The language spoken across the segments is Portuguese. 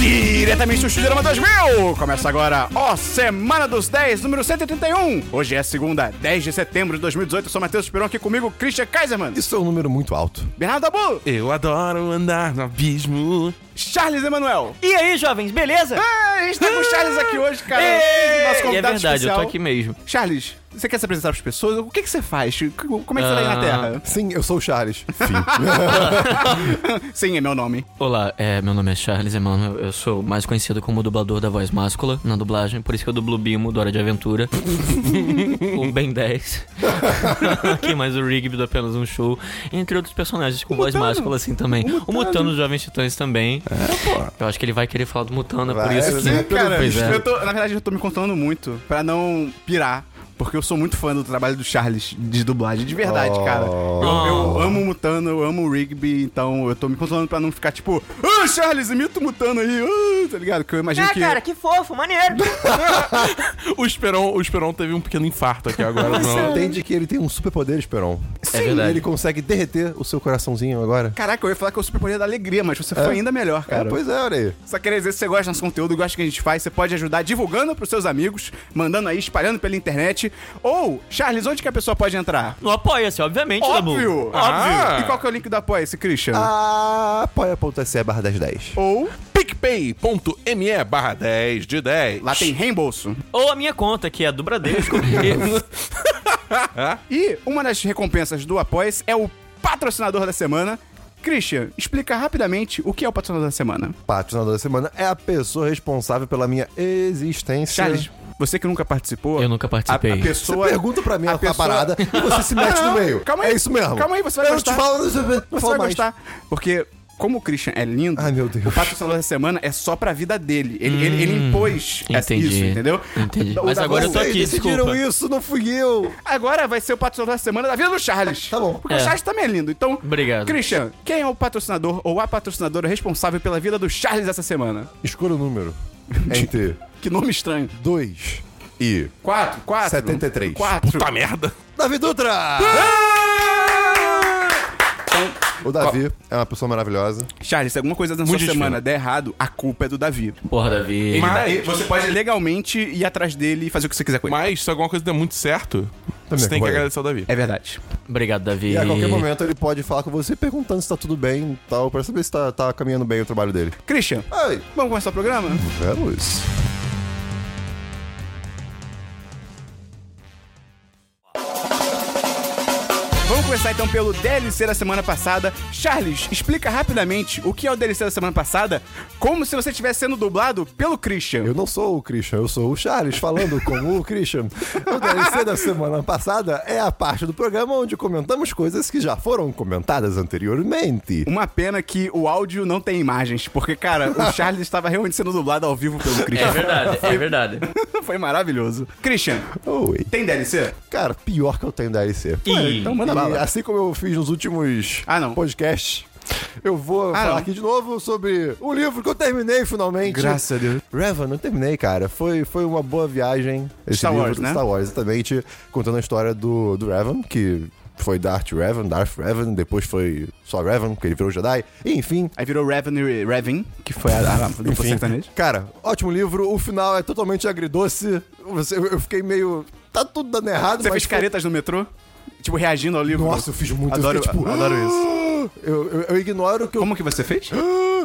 diretamente do Chudirama 2000. Começa agora, ó, Semana dos 10, número 131. Hoje é segunda, 10 de setembro de 2018. Eu sou Matheus Esperon, aqui comigo, Christian Kaiserman, Isso é um número muito alto. Bernardo Dabu, Eu adoro andar no abismo. Charles Emanuel. E aí, jovens, beleza? Ah, a gente tá com o Charles aqui hoje, cara. Nosso Ah! E é convidado verdade, especial. eu tô aqui mesmo. Charles, você quer se apresentar pras pessoas? O que, que você faz? Como é que você tá aí na Ah. Terra? Sim, eu sou o Charles. Fim. Sim, é meu nome. Olá, é, meu nome é Charles Emanuel, eu sou mais conhecido como dublador da voz máscula na dublagem, por isso que eu dublo Bimo do Hora de Aventura, o Ben 10, aqui mais o Rigby do Apenas Um Show, entre outros personagens com voz Mutano. máscula assim também. O Mutano dos Jovens Titãs também. É, pô. Eu acho que ele vai querer falar do Mutano, é por Vai, isso que... É. né, Cara, Pois é. eu tô, na verdade, eu tô me controlando muito pra não pirar. Porque eu sou muito fã do trabalho do Charles de dublagem, de verdade, Oh. cara. Eu, eu amo o Mutano, eu amo o Rigby, então eu tô me controlando pra não ficar tipo, ah, Charles, imita o Mutano aí, ah", tá ligado? Que eu imagino que. que fofo, maneiro! O Esperon, o Esperon teve um pequeno infarto aqui agora. Você não. entende que ele tem um superpoder, Esperon. Sim, verdade. Ele consegue derreter o seu coraçãozinho agora. Caraca, eu ia falar que é o superpoder da alegria, mas você foi ainda melhor, É, cara. pois é, olha aí. Só queria dizer, se você gosta do nosso conteúdo, gosta do que a gente faz, você pode ajudar divulgando pros seus amigos, mandando aí, espalhando pela internet. Ou, Charles, onde que a pessoa pode entrar? No Apoia-se, obviamente, Dabu. Óbvio! Ah. E qual que é o link do Apoia-se, Christian? Ah, apoia.se barra 1010. Ou PicPay.me barra 10 de 10. lá tem reembolso. Ou a minha conta, que é a Dubradesco, e- E uma das recompensas do Apoia-se é o patrocinador da semana. Christian, explica rapidamente o que é o patrocinador da semana. Patrocinador da semana é a pessoa responsável pela minha existência. Charles, você que nunca participou. Eu nunca participei. A, a Você pessoa. pergunta pra mim a a, pessoa- parada e você se mete Não, no meio. calma aí. É isso mesmo. Calma aí, você vai eu gostar. te falo, você vai Você vai gostar. Porque, como o Christian é lindo, Ai, meu Deus. o patrocinador da semana é só pra vida dele. Ele, ele, ele impôs essa- Hum, entendi. isso, entendeu? Então, Entendi. O Mas da- agora eu tô Vocês aqui, decidiram desculpa. isso, não fui eu. Agora vai ser o patrocinador da semana da vida do Charles. Tá bom. Porque o É. Charles também é lindo. Então, Obrigado. Christian, quem é o patrocinador ou a patrocinadora responsável pela vida do Charles essa semana? Escolha o número. Entre Que nome estranho. 2 e... Quatro, quatro. 73. Quatro. Puta merda. Davi Dutra! É! O Davi é uma pessoa maravilhosa. Charles, se alguma coisa na Muito sua difícil. semana der errado, a culpa é do Davi. Porra, Davi. Mas daí você pode legalmente ir atrás dele e fazer o que você quiser com ele. Mas se alguma coisa der muito certo, Também você tem que acompanho. agradecer ao Davi. É verdade. Obrigado, Davi. E a qualquer momento ele pode falar com você perguntando se tá tudo bem e tal, pra saber se tá, tá caminhando bem o trabalho dele. Christian, Ai, é, vamos começar o programa? vamos. Vamos começar então pelo DLC da semana passada. Charles, explica rapidamente o que é o DLC da semana passada, como se você estivesse sendo dublado pelo Christian. Eu não sou o Christian, eu sou o Charles, falando com o Christian. O DLC da semana passada é a parte do programa onde comentamos coisas que já foram comentadas anteriormente. Uma pena que o áudio não tem imagens, porque, cara, o Charles estava realmente sendo dublado ao vivo pelo É Christian. verdade, é verdade. Foi maravilhoso. Christian, Oi. tem DLC? Cara, pior que eu tenho DLC. Ih. Ué, Então manda e bala. assim como eu fiz nos últimos Ah, não. Ah, podcasts, eu vou falar não. aqui de novo sobre o livro que eu terminei finalmente. Graças a Deus. Revan, não terminei, cara. Foi, foi uma boa viagem. Esse Star livro Wars, do né? Star Wars, exatamente. Contando a história do, do Revan, que foi Darth Revan, Darth Revan, depois foi só Revan, porque ele virou Jedi. E, enfim. Aí virou Revenue Revin, que foi a, a, a dupla Enfim, sertaneja. cara, ótimo livro. O final é totalmente agridoce. Você- Eu eu fiquei meio. Tá tudo dando errado, Você mas. fez foi- caretas no metrô? Tipo, reagindo ao livro? Nossa, eu fiz muito Adoro- eu fiquei, tipo, adoro isso. Eu, eu- eu ignoro que eu, "Ah!" Como que você fez?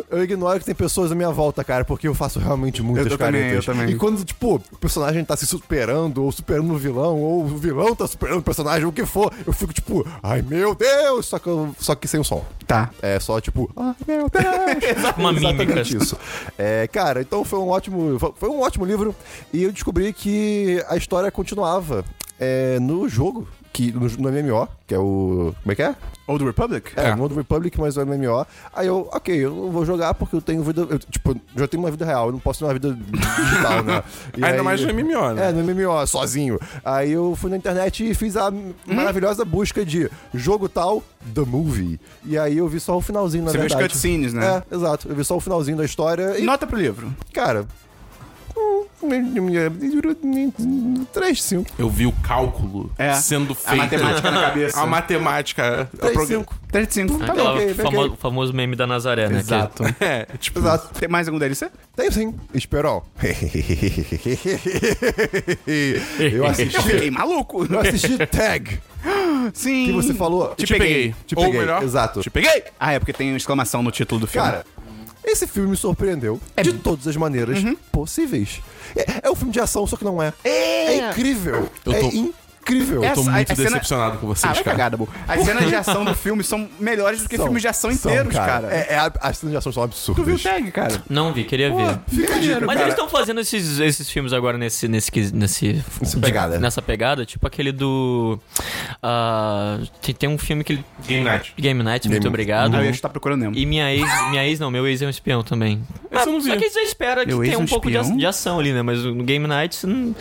eu ignoro que tem pessoas à minha volta, cara, porque eu faço realmente muitas Eu tô também, caretas. eu também. E quando, tipo, o personagem tá se superando, ou superando o vilão, ou o vilão tá superando o personagem, ou o que for, eu fico tipo, ai meu Deus! Só que, eu- só que sem o som. Tá. É só tipo, ai meu Deus! Uma mímica. Exatamente isso. É, cara, então foi um ótimo. Foi um ótimo livro. E eu descobri que a história continuava é, no jogo. Que, no, no MMO, que é o. Como é que é? Old Republic? É, no Old Republic, mas o MMO. Aí eu, ok, eu não vou jogar porque eu tenho vida. eu, tipo, já tenho uma vida real, eu não posso ter uma vida digital, né? E Ainda aí- mais no MMO, né? É, no MMO, sozinho. Aí eu fui na internet e fiz a maravilhosa busca de jogo tal, The Movie. E aí eu vi só o finalzinho, na Você viu os verdade. cutscenes, né? É, exato. Eu vi só o finalzinho da história e, Nota pro livro. cara. hum, 3, 5. Eu vi o cálculo É. sendo A feito. matemática na cabeça. É, A matemática. É a 3, prog- 5. 3 de 5. Tá bom. Aquela ok, famo- ok. famoso meme da Nazaré, né? que- Exato. É, tipo, Exato. Tem mais algum DLC? Tem sim. Esperol. Eu Eu assisti. fiquei maluco. Eu assisti Tag. Sim. Que você falou. te peguei. Te Ou peguei, melhor, exato. te peguei. Ah, é porque tem uma exclamação no título do filme. Cara, esse filme me surpreendeu de todas as maneiras possíveis. É, é um filme de ação, só que não Uhum. é. É, incrível. Eu É tô- incrível. É Tô Essa- muito a cena- decepcionado com Ah, vocês, vai cara. cagada, Bu. As cenas de ação do filme são melhores do que São- filmes de ação são, inteiros, cara. É, é, a- as cenas de ação são absurdas. Tu viu o tag, cara? Não vi, queria ver. Fica a dica, Mas cara. eles estão fazendo esses, esses filmes agora nesse. nesse, quis- nesse Nessa pegada. nessa pegada, tipo aquele do. ah, tem, tem um filme que. ele- Game Night. Game Night, muito Game- obrigado. Ah, eu ia estar procurando mesmo. E minha ex. Minha ex não, meu ex é um espião também. Ah, Esse eu não Só vi. que você espera que Meu ex tenha é um, um pouco de, a- espião? de ação ali, né? Mas no Game Night. você não-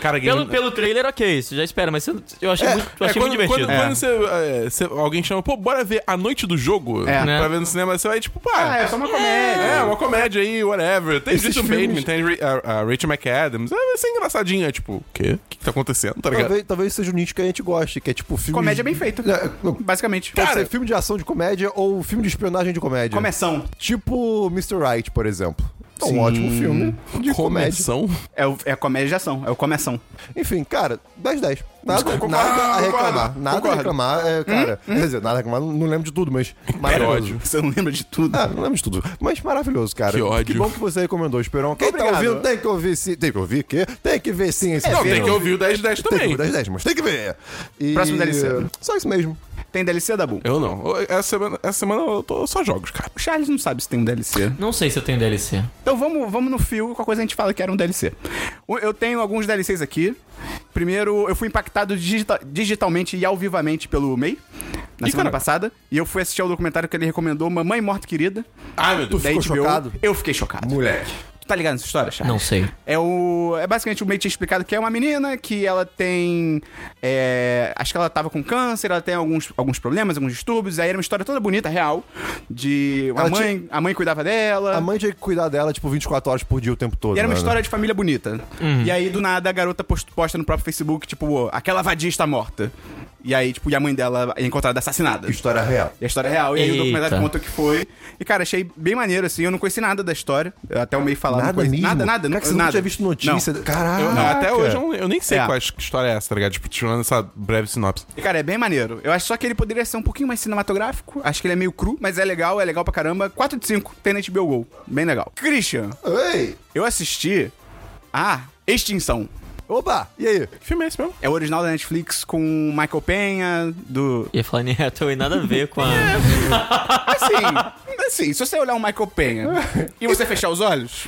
Cara, Game Pelo, pelo trailer, ok, você já espera, mas você- eu achei muito, eu É, achei quando, muito divertido. quando- quando você, é, você- alguém chama, pô, bora ver a noite do jogo É. Né? pra ver no cinema, você vai tipo, pá. Ah, é só uma comédia. É, uma comédia aí, whatever. Tem Esses Jason filmes- Bateman, tem a, a Rachel McAdams. É, vai ser engraçadinho. É tipo, o quê? O que, que tá acontecendo? Tá ligado? Talvez, talvez seja o nicho que a gente goste, que é tipo filme. Comédia bem feita. É. Basicamente. Pode Cara, ser filme de ação de comédia ou filme de espionagem de comédia. começão. Tipo Mr. Right, por exemplo. É um ótimo filme de comédia. Começão. É, o- é a comédia de ação. É o começão. Enfim, cara, 10 10. Nada, Concordo, nada a reclamar. concordo, Nada concordo. Hum? a reclamar, é, cara. Quer dizer, nada a reclamar, não lembro de tudo, mas maravilhoso. ódio. É. Você não lembra de tudo. Ah, não lembro de tudo. Mas maravilhoso, cara. Que ódio. bom que você recomendou, Esperão. Quem tá Obrigado. ouvindo tem que ouvir sim. Tem que ouvir o quê? Tem que ver sim esse Não, filme. tem que ouvir o 10 de 10 Tem que também. ouvir 10 10, mas tem que ver. E- Próximo DLC. Só isso mesmo. Tem DLC da Bu. Eu não. Essa semana, essa semana eu tô só jogos, cara. O Charles não sabe se tem um DLC. Não sei se eu tenho DLC. Então vamos, vamos no fio, qualquer coisa a gente fala que era um DLC. O- Eu tenho alguns DLCs aqui. Primeiro, eu fui impactado digita- digitalmente e ao vivamente pelo MEI. Na Ih, semana caraca. passada. E eu fui assistir ao documentário que ele recomendou, Mamãe Morta Querida. Ai, meu Deus. da ficou HBO. chocado? Eu fiquei chocado. Moleque. Tu tá ligado nessa história, Charles? Não sei. É o. É basicamente o meio tinha explicado que é uma menina que ela tem. é, acho que ela tava com câncer, ela tem alguns, alguns problemas, alguns distúrbios. Aí era uma história toda bonita, real. De. A Ela mãe, a mãe cuidava dela. A mãe tinha que cuidar dela, tipo, 24 horas por dia o tempo todo. Ah. E era uma né? história de família bonita. E aí, do nada, a garota post- posta no próprio Facebook, tipo, "Ô, aquela vadia está morta. E aí, tipo, e a mãe dela é encontrada assassinada. História real. E a história é real. E aí o documentário Eita. conta o que foi. E, cara, achei bem maneiro, assim. Eu não conheci nada da história. Eu até o meio falava. Nada não conheci- mesmo? Nada, nada. Cara, que você nada. não tinha visto notícia. Não. Caraca. Eu- não, até hoje eu, não- eu nem sei É. qual que história é essa, tá ligado? Tipo, tirando essa breve sinopse. E, Cara, é bem maneiro. Eu acho só que ele poderia ser um pouquinho mais cinematográfico. Acho que ele é meio cru, mas é legal, é legal pra caramba. 4 de 5, tem na HBO Go. Bem legal. Christian, Ei! eu assisti a Extinção. Opa! E aí? Que filme é esse mesmo? É o original da Netflix com o Michael Penha, do. Ia falar em Hathaway, nada a ver com a. Assim, assim, se você olhar o Michael Penha e você fechar os olhos,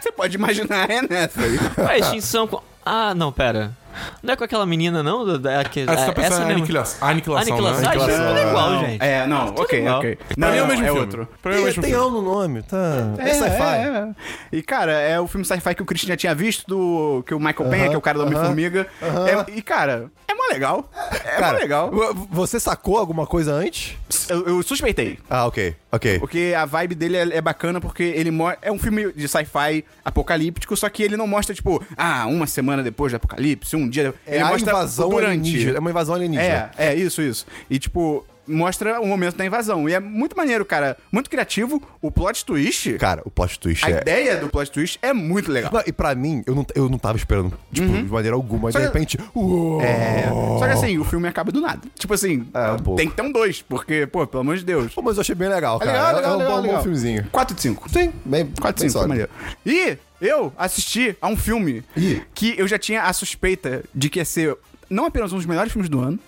você pode imaginar, é, né? Fê? a extinção com. Ah, não, pera. Não é com aquela menina, não? Da- da- que- Ah, você é- tá pensando essa na mesmo. aniquilação. A aniquilação, Aniquilação, né? ah, gente, Aniquilação, tudo é igual, Não, gente. É, não, ok, igual. ok. Pra não, mim é o não, mesmo filme. outro. Pra mim é o Ih, mesmo tem filme. ano no nome, tá? É, sci-fi. é. E, cara, é o filme sci-fi que o Christian já tinha visto, do que o Michael Penha, que é o cara do Homem-Formiga. É- e, cara, é mó legal. É mó Cara, legal. vo- Você sacou alguma coisa antes? Eu, eu suspeitei. Ah, ok, ok. Porque a vibe dele é, é bacana, porque ele mo- é um filme de sci-fi apocalíptico, só que ele não mostra, tipo, ah, uma semana depois do apocalipse, um dia. É ele a mostra invasão alienígena. É uma invasão É, alienígena. é, isso, isso. E, tipo, mostra o momento da invasão. E é muito maneiro, cara. Muito criativo. O plot twist, Cara, o plot twist a é... ideia do plot twist é muito legal. Não, e pra mim, eu não, eu não tava esperando, tipo, de maneira alguma. E de Uhum. Só que- repente... Uou! É, Só que assim, o filme acaba do nada. Tipo assim, Oh. É, um pouco. tem que ter um dois, porque, pô, pelo amor de Deus. Pô, mas eu achei bem legal, cara. legal, É- legal, é um legal, bom, bom legal. filmezinho. 4 de 5. Sim, bem, 4 bem de 5, sólido. maneiro. E eu assisti a um filme Ih. que eu já tinha a suspeita de que ia ser não apenas um dos melhores filmes do ano,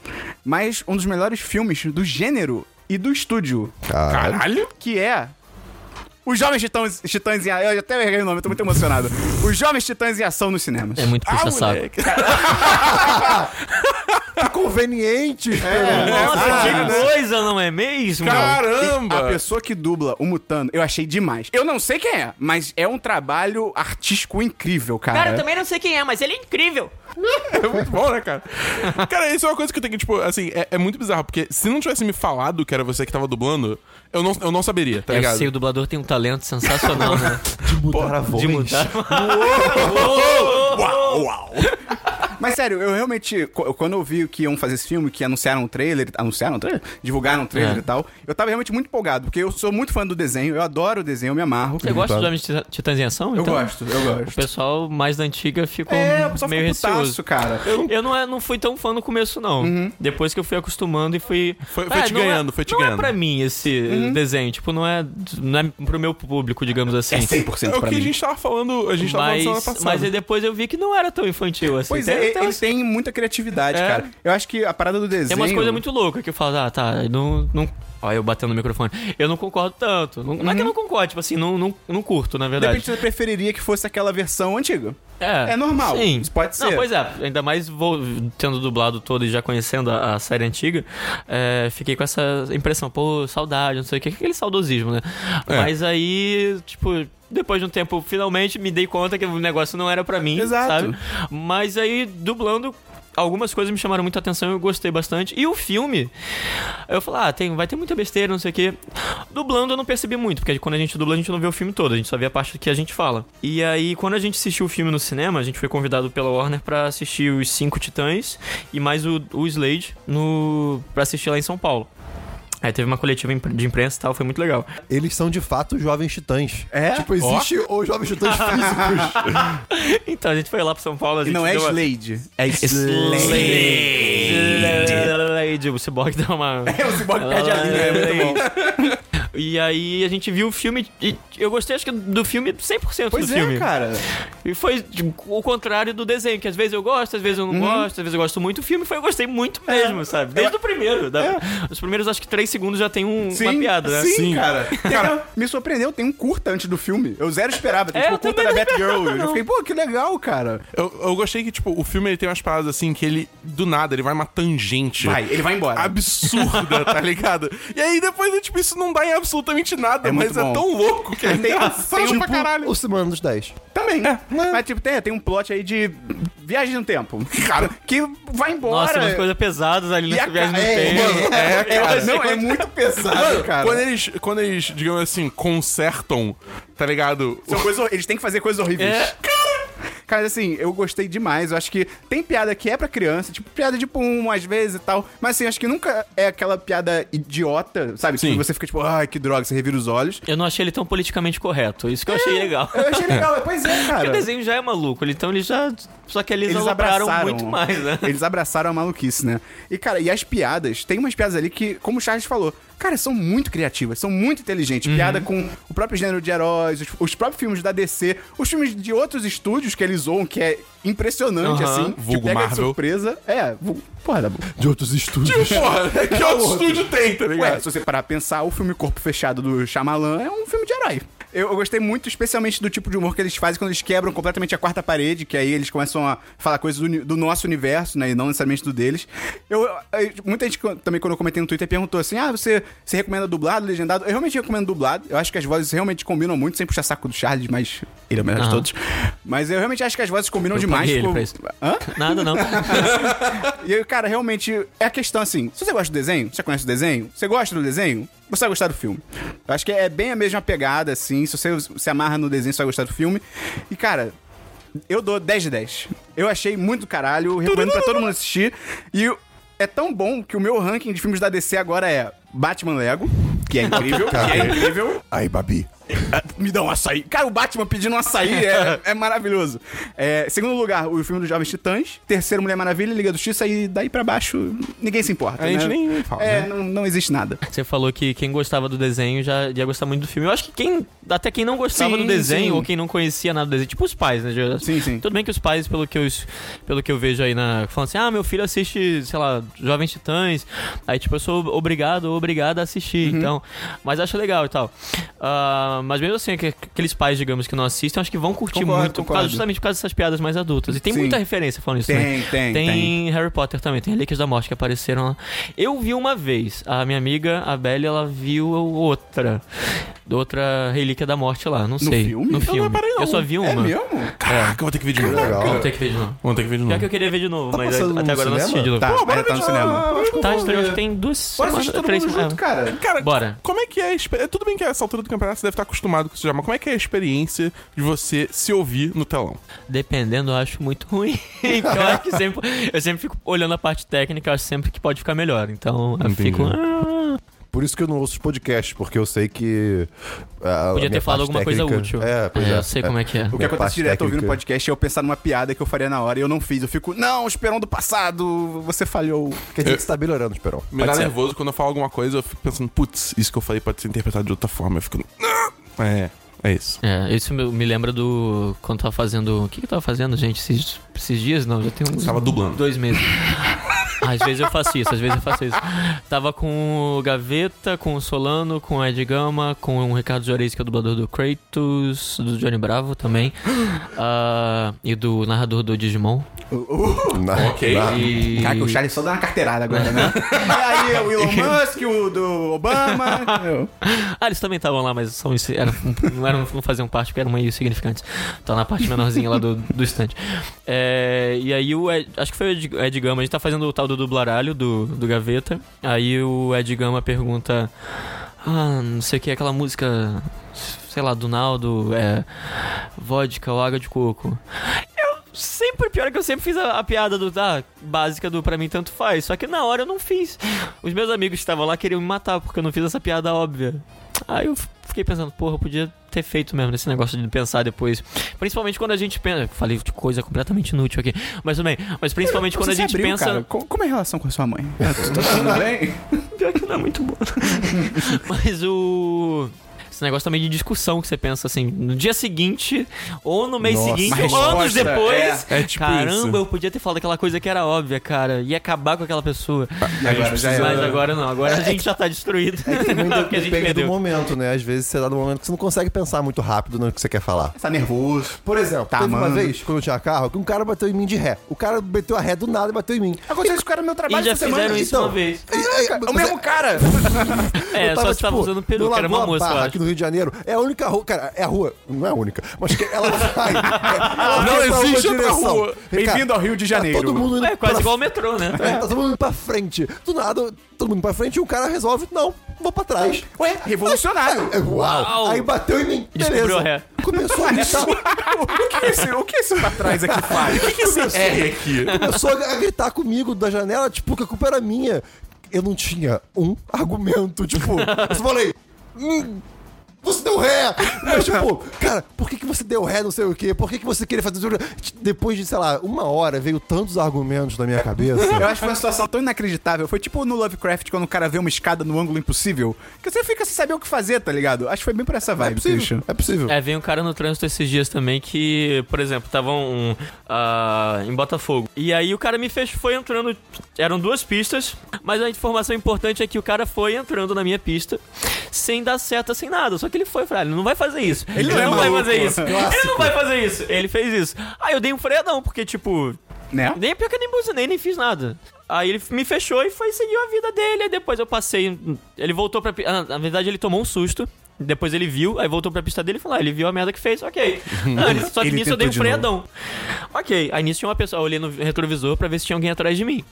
mas um dos melhores filmes do gênero e do estúdio, Caralho. Caralho? que é Os Jovens Titãs, Titãs em Ação. Eu até errei o nome, eu tô muito emocionado. Os Jovens Titãs em Ação nos cinemas. É muito puxa-saco. Que conveniente! Esperon. Nossa, cara. É, que coisa, não é mesmo? A Ah. Caramba! pessoa que dubla o Mutano, eu achei demais. Eu não sei quem é, mas é um trabalho artístico incrível, cara. Cara, eu também não sei quem é, mas ele é incrível. É muito bom, né, cara? Cara, isso é uma coisa que eu tenho que, tipo, assim, é, é muito bizarro, porque se não tivesse me falado que era você que tava dublando, eu não, eu não saberia, tá É, eu ligado? sei, o dublador tem um talento sensacional, né? Mudar a voz. De mudar. Uau, uau! Mas sério, eu realmente, qu- quando eu vi que iam fazer esse filme, que anunciaram o trailer, anunciaram o trailer, divulgaram o trailer É. e tal, eu tava realmente muito empolgado, porque eu sou muito fã do desenho, eu adoro o desenho, eu me amarro. Então, Você gosta dos Jovens Tita- Titãs em Ação? Eu então? gosto, eu O gosto. pessoal mais da antiga ficou É, o pessoal meio meio ficou receoso. putaço, cara. Eu não, é- não fui tão fã no começo, não. Depois que eu fui acostumando e fui. Uhum. Foi- foi te não é- ganhando, foi te não ganhando. Uhum. é pra mim esse desenho. Tipo, não é, não é pro meu público, digamos assim. É É 100% o pra que a mim. gente tava falando, a gente tava mas, falando semana passada. mas aí depois eu vi que não era tão infantil assim. Pois tem, é, tem, ele umas- tem muita criatividade, É. cara. Eu acho que a parada do desenho... tem umas coisas muito loucas que eu falo, ah, tá, eu não. não... Olha, eu batendo no microfone. Eu não concordo tanto. Não, não é que eu Uhum. não concordo, tipo assim, não, não, não curto, na De verdade. repente você preferiria que fosse aquela versão antiga. É, É normal, Sim. isso pode Não, ser. pois é, ainda mais vou, tendo dublado todo e já conhecendo a, a série antiga, é, fiquei com essa impressão, pô, saudade, não sei o que, aquele saudosismo, né? É. Mas aí, tipo, depois de um tempo, finalmente me dei conta que o negócio não era pra mim, Exato. sabe? Mas aí, dublando. Algumas coisas me chamaram muita atenção, eu gostei bastante. E o filme, eu falei, ah, tem, vai ter muita besteira, não sei o quê. Dublando eu não percebi muito, porque quando a gente dubla a gente não vê o filme todo, a gente só vê a parte que a gente fala. E aí, quando a gente assistiu o filme no cinema, a gente foi convidado pela Warner pra assistir os Cinco Titãs e mais o, o Slade no, pra assistir lá em São Paulo. Aí teve uma coletiva impre- de imprensa e tal, foi muito legal. Eles são de fato jovens titãs. É? Tipo, existe os jovens titãs físicos. Então a gente foi lá pra São Paulo, a E gente não é deu uma- Slade, é Slade. Slade. O Cyborg dá uma. É, o Cyborg perde a linha, né? Tipo é muito bom. E aí a gente viu o filme e eu gostei acho que do filme 100% Pois do é, filme. cara. E foi tipo, o contrário do desenho, que às vezes eu gosto, às vezes eu não Uhum. gosto, às vezes eu gosto muito. O filme foi eu gostei muito É. mesmo, sabe? Desde o primeiro. da- Os primeiros acho que três segundos já tem um, uma piada, né? Sim, cara. Cara, me surpreendeu, tem um curta antes do filme. Eu zero esperava, tem É, tipo, eu o curta da também não Batgirl. Eu já não. fiquei, pô, que legal, cara. Eu, eu gostei que, tipo, o filme ele tem umas paradas assim que ele, do nada, ele vai uma tangente. Tipo, Vai, ele vai embora. Absurda, tá ligado? E aí depois, é, tipo, isso não dá em absolutamente nada, É muito mas bom. é tão louco que é Tem- engraçado tem um- pra caralho. o Semana dos 10. Também. É. Mas, tipo, tem, tem um plot aí de viagem no tempo. Cara, que vai embora. Nossa, umas coisas pesadas ali E a nessa viagem no ca- é, mano, É, tempo. cara. Não, é muito pesado, cara. Quando eles, quando eles, digamos assim, consertam, tá ligado? São coisas hor- eles têm que fazer coisas horríveis. É. Cara, assim, eu gostei demais. Eu acho que tem piada que é pra criança, tipo, piada de pum, às vezes e tal. Mas, assim, acho que nunca é aquela piada idiota, sabe? Que Sim. você fica tipo, ai, que droga, você revira os olhos. Eu não achei ele tão politicamente correto. Isso que eu É. achei legal. Eu achei legal, pois é, Porque cara. o desenho já é maluco, então eles já. Só que eles, Eles alopraram abraçaram. muito mais, né? Eles abraçaram a maluquice, né? E, cara, e as piadas, tem umas piadas ali que, como o Charles falou, cara, são muito criativas, são muito inteligentes. Uhum. Piada com o próprio gênero de heróis, os, os próprios filmes da DC, os filmes de outros estúdios que eles zoam, que é impressionante, Aham. assim. Vulgo te pega de Marvel. surpresa. É, vu- porra, da De outros estúdios. Tipo, Porra, que outro estúdio tem, tá ligado? Ué, se você parar pra pensar, o filme Corpo Fechado do Shyamalan é um filme de herói. Eu, eu gostei muito, especialmente do tipo de humor que eles fazem quando eles quebram completamente a quarta parede, que aí eles começam a falar coisas do, uni- do nosso universo, né? E não necessariamente do deles. Eu, eu- aí, muita gente quan- também, quando eu comentei no Twitter, perguntou assim: ah, você, você recomenda dublado, legendado? Eu realmente recomendo dublado. Eu acho que as vozes realmente combinam muito, sem puxar saco do Charles, mas ele é o melhor de Aham. todos. Mas eu realmente acho que as vozes combinam Eu demais. paguei ele tipo- pra isso. Hã? Nada não. E aí, cara, realmente é a questão assim: se você gosta do desenho, você conhece o desenho, você gosta do desenho, você vai gostar do filme. Eu acho que é bem a mesma pegada, assim. Se você se amarra no desenho, você vai gostar do filme. E, cara. Eu dou 10 de 10. Eu achei muito do caralho, eu recomendo pra todo mundo assistir. E é tão bom que o meu ranking de filmes da DC agora é Batman Lego, que é incrível, que é incrível. Aí, Babi. Me dá um açaí. Cara, o Batman pedindo um açaí é, é maravilhoso. É, segundo lugar, o filme dos Jovens Titãs. Terceiro, Mulher Maravilha, Liga do Justiça. E daí pra baixo, ninguém se importa. A gente né? nem fala, É, né? não, não existe nada. Você falou que quem gostava do desenho já ia gostar muito do filme. Eu acho que quem. Até quem não gostava Sim, do desenho sim. ou quem não conhecia nada do desenho. Tipo os pais, né? Já- Sim, sim. Tudo bem que os pais, pelo que eu, es- pelo que eu vejo aí na. Falando assim, ah, meu filho assiste, sei lá, Jovens Titãs. Uhum. Aí, tipo, eu sou obrigado ou obrigada a assistir. Então. Mas acho legal e tal. Ah, Ah, mas mesmo assim, aqu- aqueles pais, digamos, que não assistem, acho que vão curtir Concordo, muito, por causa- concordo. justamente por causa dessas piadas mais adultas. E tem Sim. muita referência falando isso né? Tem, também. tem, tem. Harry Potter também, tem Relíquias da Morte que apareceram lá. Eu vi uma vez, a minha amiga, a Belle, ela viu outra. Outra Relíquia da Morte lá, não sei. filme? Eu No não filme. reparei, não. Eu só vi uma. É mesmo? Caraca, eu vou ter que ver de novo. Legal. Vou ter que ver de novo. Vou ter que ver de Pior que novo. eu queria ver de novo, mas até passando no agora eu não assisti cinema? de novo. Tá, bora ainda tá ver no de cinema. novo. tá estranho, acho que tem duas Bora semanas, assistir todo três mundo semanas. junto, cara. Cara, Bora. como é que é a experiência... Tudo bem que essa altura do campeonato você deve estar acostumado com isso já, mas como é que é a experiência de você se ouvir no telão? Dependendo, eu acho muito ruim. Porque eu acho que sempre. Eu sempre fico olhando a parte técnica, eu acho sempre que pode ficar melhor. Então eu Entendi. fico. "Ah, Por isso que eu não ouço os podcasts, porque eu sei que. ah, a- a podia minha ter falado parte alguma coisa técnica- útil. É, pois é. eu sei como é que é. O que Minha acontece parte direto ouvindo técnica. podcast é eu pensar numa piada que eu faria na hora e eu não fiz. Eu fico, não, Esperão do passado, você falhou. Quer dizer que você tá melhorando, Esperão. Me dá ser. nervoso quando eu falo alguma coisa, eu fico pensando, putz, isso que eu falei pode ser interpretado de outra forma. Eu fico. "Ah!" É, é isso. É, isso me, me lembra do. Quando tava fazendo. O que que eu tava fazendo, gente? Esses, esses dias? Não, já tem uns. Tava dublando. Dois meses. às vezes eu faço isso, às vezes eu faço isso. Tava com o Gaveta, com o Solano, com o Ed Gama, com o Ricardo Juarez, que é o dublador do Kratos, do Johnny Bravo também. ah, e do narrador do Digimon. Na- Ok. na- E... Cara, que o Charles só dá uma carteirada agora, né? e aí, o Elon Musk, o do Obama. entendeu? Ah, eles também estavam lá, mas são, isso- era, não, eram, não faziam parte porque eram meio significantes. Tá na parte menorzinha lá do, do stand. É, e aí o Ed, acho que foi o Ed, Ed Gama, a gente tá fazendo o tal do dublaralho do, do Gaveta. Aí o Ed Gama pergunta: Ah, não sei o que, aquela música, sei lá, do Naldo, é. Vodka ou água de coco. Eu Sempre, pior é que eu sempre fiz a, a piada do, da básica do pra mim tanto faz. Só que na hora eu não fiz. Os meus amigos que estavam lá queriam me matar porque eu não fiz essa piada óbvia. Aí eu f- fiquei pensando, porra, eu podia ter feito mesmo esse negócio de pensar depois. Principalmente quando a gente pensa. Falei de coisa completamente inútil aqui. Mas também. Mas principalmente quando Você a se gente abriu, pensa. cara. Co- Como é a relação com a sua mãe? Tá tudo tudo bem? Pior que não é muito bom. Mas o. Esse negócio também de discussão que você pensa assim, no dia seguinte, ou no mês Nossa, seguinte, uma ou anos resposta, depois. é. É tipo caramba, isso. eu podia ter falado aquela coisa que era óbvia, cara. Ia acabar com aquela pessoa. E agora já É. era. Mas agora não, agora a gente já tá destruído. Também porque a gente depende do perdeu. momento, né? Às vezes você dá no momento que você não consegue pensar muito rápido no que você quer falar. Tá nervoso. Por exemplo, Tá, teve uma mano. vez, quando eu tinha carro, que um cara bateu em mim de ré. O cara meteu a ré do nada e bateu em mim. Aconteceu isso com o cara no meu trabalho E já essa semana. fizeram isso Então, uma vez. É o mesmo cara. É, só você tava usando no peruca, era uma Lagoa moça, eu Barra, acho. aqui no Rio de Janeiro. É a única rua. Cara, é a rua. Não é a única, mas que ela vai. ela Não vai pra existe uma outra direção. rua. Bem-vindo ao Rio de tá Janeiro. todo mundo indo É quase pra- igual o metrô, né? É, tá todo mundo indo pra frente. Do nada, todo mundo pra frente e o cara resolve, não, vou pra trás. Ué, revolucionário. É, Uau. Uau. Aí bateu em mim. E descobriu a ré. Beleza. Começou a gritar. o que esse, o que esse pra trás aqui faz? que é esse É, R aqui? começou a gritar comigo da janela, tipo, que a culpa era minha. Eu não tinha um argumento, tipo, eu só falei. "Hum, você deu ré! Mas, tipo, cara, por que, que você deu ré, não sei o quê? Por que, que você queria fazer. Depois de, sei lá, uma hora, veio tantos argumentos na minha Eu cabeça. acho que foi uma situação tão inacreditável. Foi tipo no Lovecraft, quando o cara vê uma escada no ângulo impossível, que você fica sem saber o que fazer, tá ligado? Acho que foi bem por essa É vibe, possível. bicho. É possível. É, veio um cara no trânsito esses dias também que, por exemplo, tava um, ah, em Botafogo. E aí o cara me fez, foi entrando. Eram duas pistas, mas a informação importante é que o cara foi entrando na minha pista sem dar seta, sem nada. Só que ele foi, falei, "Ah, ele não vai fazer isso. Ele, não é não vai maluco." fazer isso. Ele não vai fazer isso. Ele fez isso. Aí eu dei um freadão, porque, tipo, Né? nem pior que eu nem buzinei, nem fiz nada. Aí ele me fechou e foi seguiu a vida dele. Aí depois eu passei. Ele voltou pra. pi- ah, Na verdade, ele tomou um susto. Depois ele viu, aí voltou pra pista dele e falou: Ah, ele viu a merda que fez, ok. Ah, ele- Só que Ele nisso eu dei tentou um de freadão. Ok, aí nisso tinha uma pessoa. Eu olhei no retrovisor pra ver se tinha alguém atrás de mim.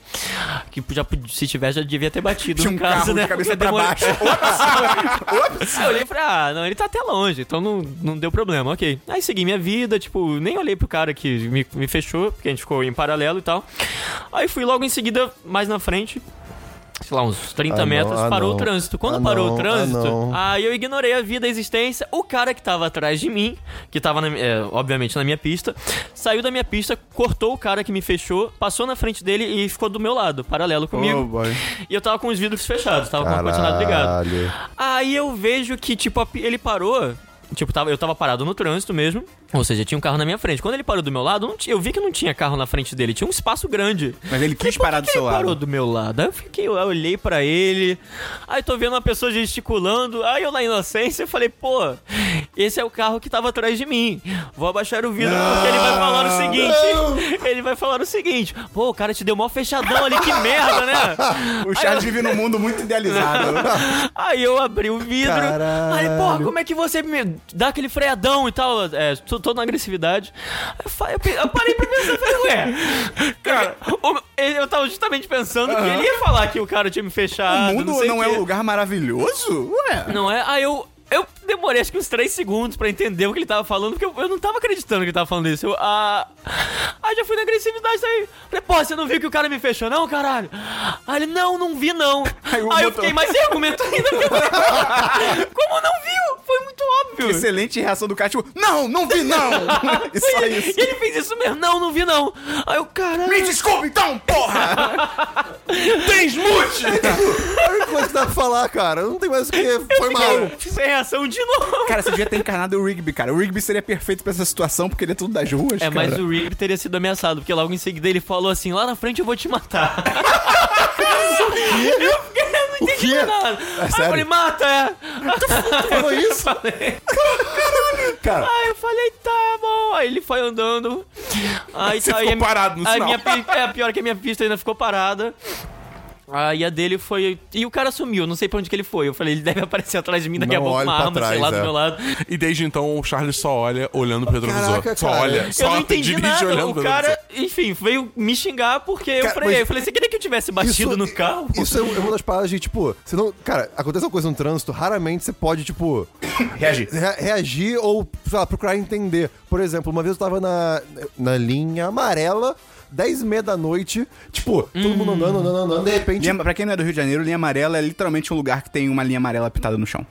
Que já, pod- se tivesse, já devia ter batido. Tinha um no caso, carro né? de cabeça Porque pra demorou- baixo. Aí eu olhei e falei, ah, não, ele tá até longe, então não, não deu problema, ok. Aí segui minha vida, tipo, nem olhei pro cara que me, me fechou, porque a gente ficou em paralelo e tal. Aí fui logo em seguida, mais na frente, sei lá, uns 30 Ah, não, metros, ah, parou não. o trânsito. Quando Ah, parou não, o ah, trânsito, não. aí eu ignorei a vida, a existência. O cara que tava atrás de mim, que tava, na- é, obviamente, na minha pista, saiu da minha pista, cortou o cara que me fechou, passou na frente dele e ficou do meu lado, paralelo Oh, comigo. Oh. E eu tava com os vidros fechados, tava com o ar-condicionado ligado. Caralho. Aí eu vejo que, tipo, a pi- ele parou. Tipo, tava, eu tava parado no trânsito mesmo. Ou seja, tinha um carro na minha frente. Quando ele parou do meu lado, não ti- eu vi que não tinha carro na frente dele. Tinha um espaço grande. Mas ele Falei, quis "Por parar que do que seu ele parou lado. do meu lado. Aí eu fiquei, eu olhei pra ele. Aí tô vendo uma pessoa gesticulando. Aí eu, na inocência, eu falei, pô, esse é o carro que tava atrás de mim. Vou abaixar o vidro porque ele vai falar o seguinte. Ele vai falar o seguinte. Pô, o cara te deu mó fechadão ali, que merda, né? O Charles vive num mundo muito idealizado. Aí eu abri o vidro. Caralho. Aí, porra, como é que você me dá aquele freadão e tal? É, tô, tô na agressividade. Aí eu, fa- eu pe- eu parei pra pensar, eu falei, ué. Cara, o- ele- eu tava justamente pensando que ele ia falar que o cara tinha me fechado. o mundo não, Ah, sei é quê. um lugar maravilhoso? Ué. Não é? Aí eu. Eu demorei acho que uns 3 segundos pra entender o que ele tava falando, porque eu, eu não tava acreditando que ele tava falando isso. Eu, ah, aí já fui na agressividade daí. Falei, pô, você não viu que o cara me fechou, não, caralho? Aí ele, não, não vi, não. Aí, Aí o eu motor- fiquei mais sem argumento ainda. Porque eu falei, como não viu? Foi muito óbvio. Excelente reação do cara, tipo, não, não vi não! e só Foi- isso. E ele fez isso mesmo, não, não vi, não. Aí eu, caralho. Me desculpa então, porra! Desmute! A única coisa que dá pra falar, cara. Não tem mais o que. Foi mal. Sem reação de novo. Cara, você devia ter encarnado o Rigby, cara. O Rigby seria perfeito pra essa situação, porque ele é tudo das ruas, É, cara. mas o Rigby teria sido ameaçado, porque logo em seguida ele falou assim: lá na frente eu vou te matar. eu fiquei, eu não entendi quê? É mais nada. Aí eu sério? falei: mata, é. Falou isso? Cara, Aí eu falei: tá bom. Aí ele foi andando. Aí Você tá, aí ficou a- parado no a sinal. minha pi- É, a pior é que a minha pista ainda ficou parada. Aí a dele foi. E o cara sumiu, não sei pra onde que ele foi. Eu falei: ele deve aparecer atrás de mim daqui Não a pouco, olhe uma pra arma, sei trás, lá, do é. meu lado. E desde então o Charles só olha olhando pro retrovisor. Caraca, só cara. olha, Eu só não entendi dirige nada. olhando né? O pro cara, retrovisor. enfim, veio me xingar porque eu Cara, falei. mas- Eu falei, você queria que eu tivesse batido isso, no carro? Isso é um- é uma das paradas de, tipo, você não. Cara, acontece uma coisa no trânsito, raramente você pode, tipo, Reagir. re- reagir ou, sei lá, procurar entender. Por exemplo, uma vez eu tava na, na linha amarela, 10 e meia da noite, tipo, todo mundo andando, andando, andando, de repente. Linha, pra quem não Uhum. é do Rio de Janeiro, linha amarela é literalmente um lugar que tem uma linha amarela pintada no chão.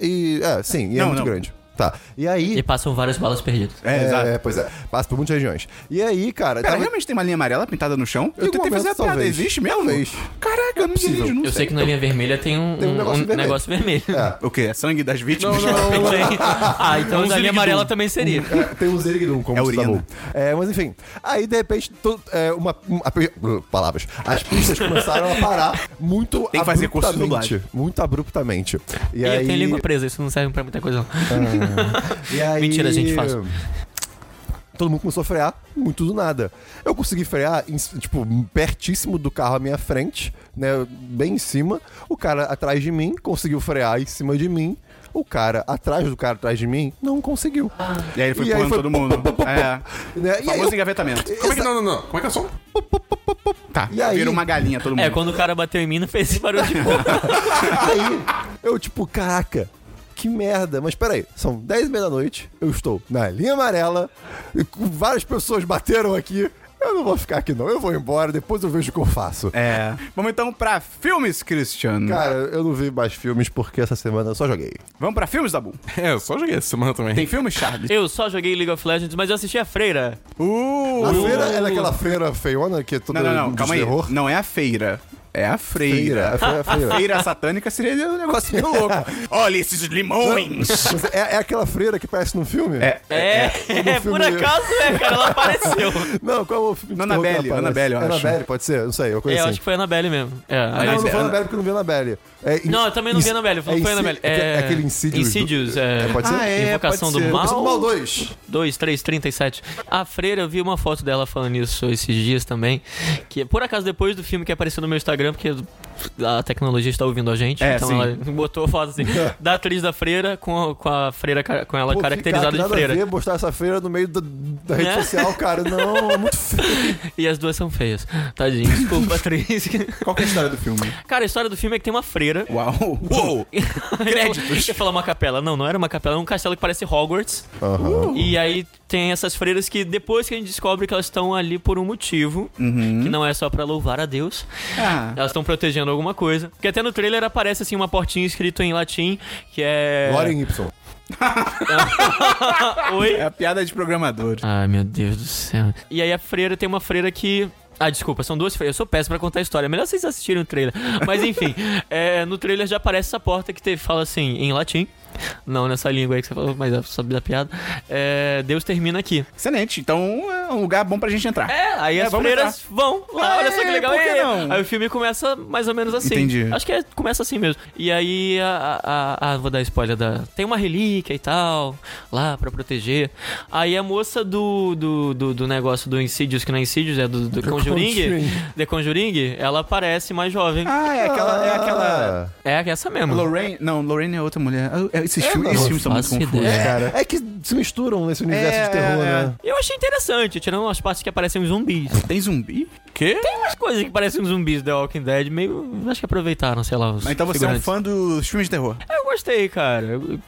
E, é, sim, e é Não, muito não. grande. Tá. E aí. E passam várias balas perdidas. É, exato. é, pois é. Passa por muitas regiões. E aí, cara. Cara, tava- realmente tem uma linha amarela pintada no chão? Em Eu algum tentei fazer a um momento, piada, talvez. existe mesmo? Talvez. É Caraca, eu não dirijo, não é Eu sei que na linha vermelha tem um, Tem um um- um negócio negócio, vermelho. vermelho. O quê? É sangue das vítimas? Tem. ah, É um então a linha Ziriguidum. amarela também seria. É, tem um Zerigdum, como É você urina. falou. É, mas enfim. Aí, de repente, to- é, uma, um- a pe- uh, palavras. As pistas começaram a parar muito Tem que fazer curso de abruptamente. Muito abruptamente. E, E aí... eu tenho língua presa, isso não serve pra muita coisa. não. E aí- Mentira, gente, fácil. Todo mundo começou a frear muito do nada. Eu consegui frear, em- tipo, pertíssimo do carro à minha frente, né? Bem em cima. O cara atrás de mim conseguiu frear em cima de mim. O cara atrás do cara atrás de mim não conseguiu. E aí ele foi E aí empurrando foi todo pô, mundo. pô, pô, pô. É. Né? E aí Famoso eu- engavetamento. Como é que não, não, não? Como é que é o som? Tá, E aí? vira uma galinha todo mundo. É, quando o cara bateu em mim, não fez esse barulho de boca. Aí, eu tipo, caraca, que merda. Mas peraí, são 10 e meia da noite, eu estou na linha amarela, e com- várias pessoas bateram aqui. Eu não vou ficar aqui não, eu vou embora, depois eu vejo o que eu faço. É. Vamos então pra filmes, Christian. Cara, eu não vi mais filmes porque essa semana eu só joguei. Vamos pra filmes, Dabu? É, eu só joguei essa semana também. Tem filmes, Charles? Eu só joguei League of Legends, mas eu assisti a freira. Uh! A feira é daquela feira feiona que é toda Não, não, não, de calma aí. terror. Não é a feira. É a Feira, freira. a feira, a feira. Feira satânica seria um negócio meio louco. Olha esses limões! Mas é, é aquela freira que parece num filme? É. É, no por filme- acaso é, cara, ela apareceu. Não, qual é o filme de Annabelle, terror que ela aparece? Annabelle, eu acho. Annabelle, pode ser? Não sei, eu É, conheci. eu acho que foi a Anabelle mesmo. É, Ah, aí- não, mas não foi é- Annabelle porque eu não vi Annabelle. É, in- Não, eu também não vi in- Anabelle, é não foi insi- Anabelle. é, é aquele Insidious. Insidious, é. É, pode ser? Ah, é, Invocação pode ser. do Mal. Invocação do Mal 2. 2, 3, 37. A Freira, eu vi uma foto dela falando isso esses dias também. Que por acaso depois do filme que apareceu no meu Instagram, porque a tecnologia está ouvindo a gente. É, então sim. ela botou a foto assim, da atriz da Freira com, a- com a Freira ca- com ela Pô, ficar, caracterizada de nada a Freira. ver mostrar essa feira no meio do- da rede Né? social, cara. Não, é muito feio. E as duas são feias. Tadinho, desculpa, atriz. Qual que é a história do filme? Cara, a história do filme é que tem uma freira. Uau! Uou! Créditos. Eu ia falar uma capela. Não, não era uma capela, era um castelo que parece Hogwarts. Uh, E aí tem essas freiras que depois que a gente descobre que elas estão ali por um motivo, que não é só pra louvar a Deus, Ah. elas estão protegendo alguma coisa. Porque até no trailer aparece assim uma portinha escrito em latim, que é Loren Y. Oi. É a piada de programador. Ai, meu Deus do céu. E aí a freira tem uma freira que. Ah, desculpa, são duas freiras. Eu sou péssimo pra contar a história. É Melhor vocês assistirem o trailer. Mas enfim, é, no trailer já aparece essa porta que te, fala assim, em latim. Não nessa língua aí que você falou, mas é sabe da piada. É, Deus termina aqui. Excelente. Então é um lugar bom pra gente entrar. É, aí as vamos freiras vão lá, É, olha só que legal. por que é. não? Aí o filme começa mais ou menos assim. Entendi. Acho que é- começa assim mesmo. E aí, a, a- a- vou dar spoiler da... Tem uma relíquia e tal, lá pra proteger. Aí a moça do, do, do, do negócio do Insidious, que não é Insidious, é do, do Conjuring, Conjuring. The Conjuring, ela parece mais jovem. Ah, é aquela. É aquela... Ah. É essa mesmo. Lorraine. Não, Lorraine é outra mulher. Ah, Esses filmes não esses filmes são muito faço confusos, ideia. cara. É que se misturam nesse universo É, de é, terror, né? Eu achei interessante, tirando as partes que aparecem os zumbis. Tem zumbi? Quê? Tem umas coisas que parecem uns zumbis do The Walking Dead, meio. Acho que aproveitaram, sei lá. Os Mas Então você é um figurantes. fã dos filmes de terror. Eu gostei, cara. Eu-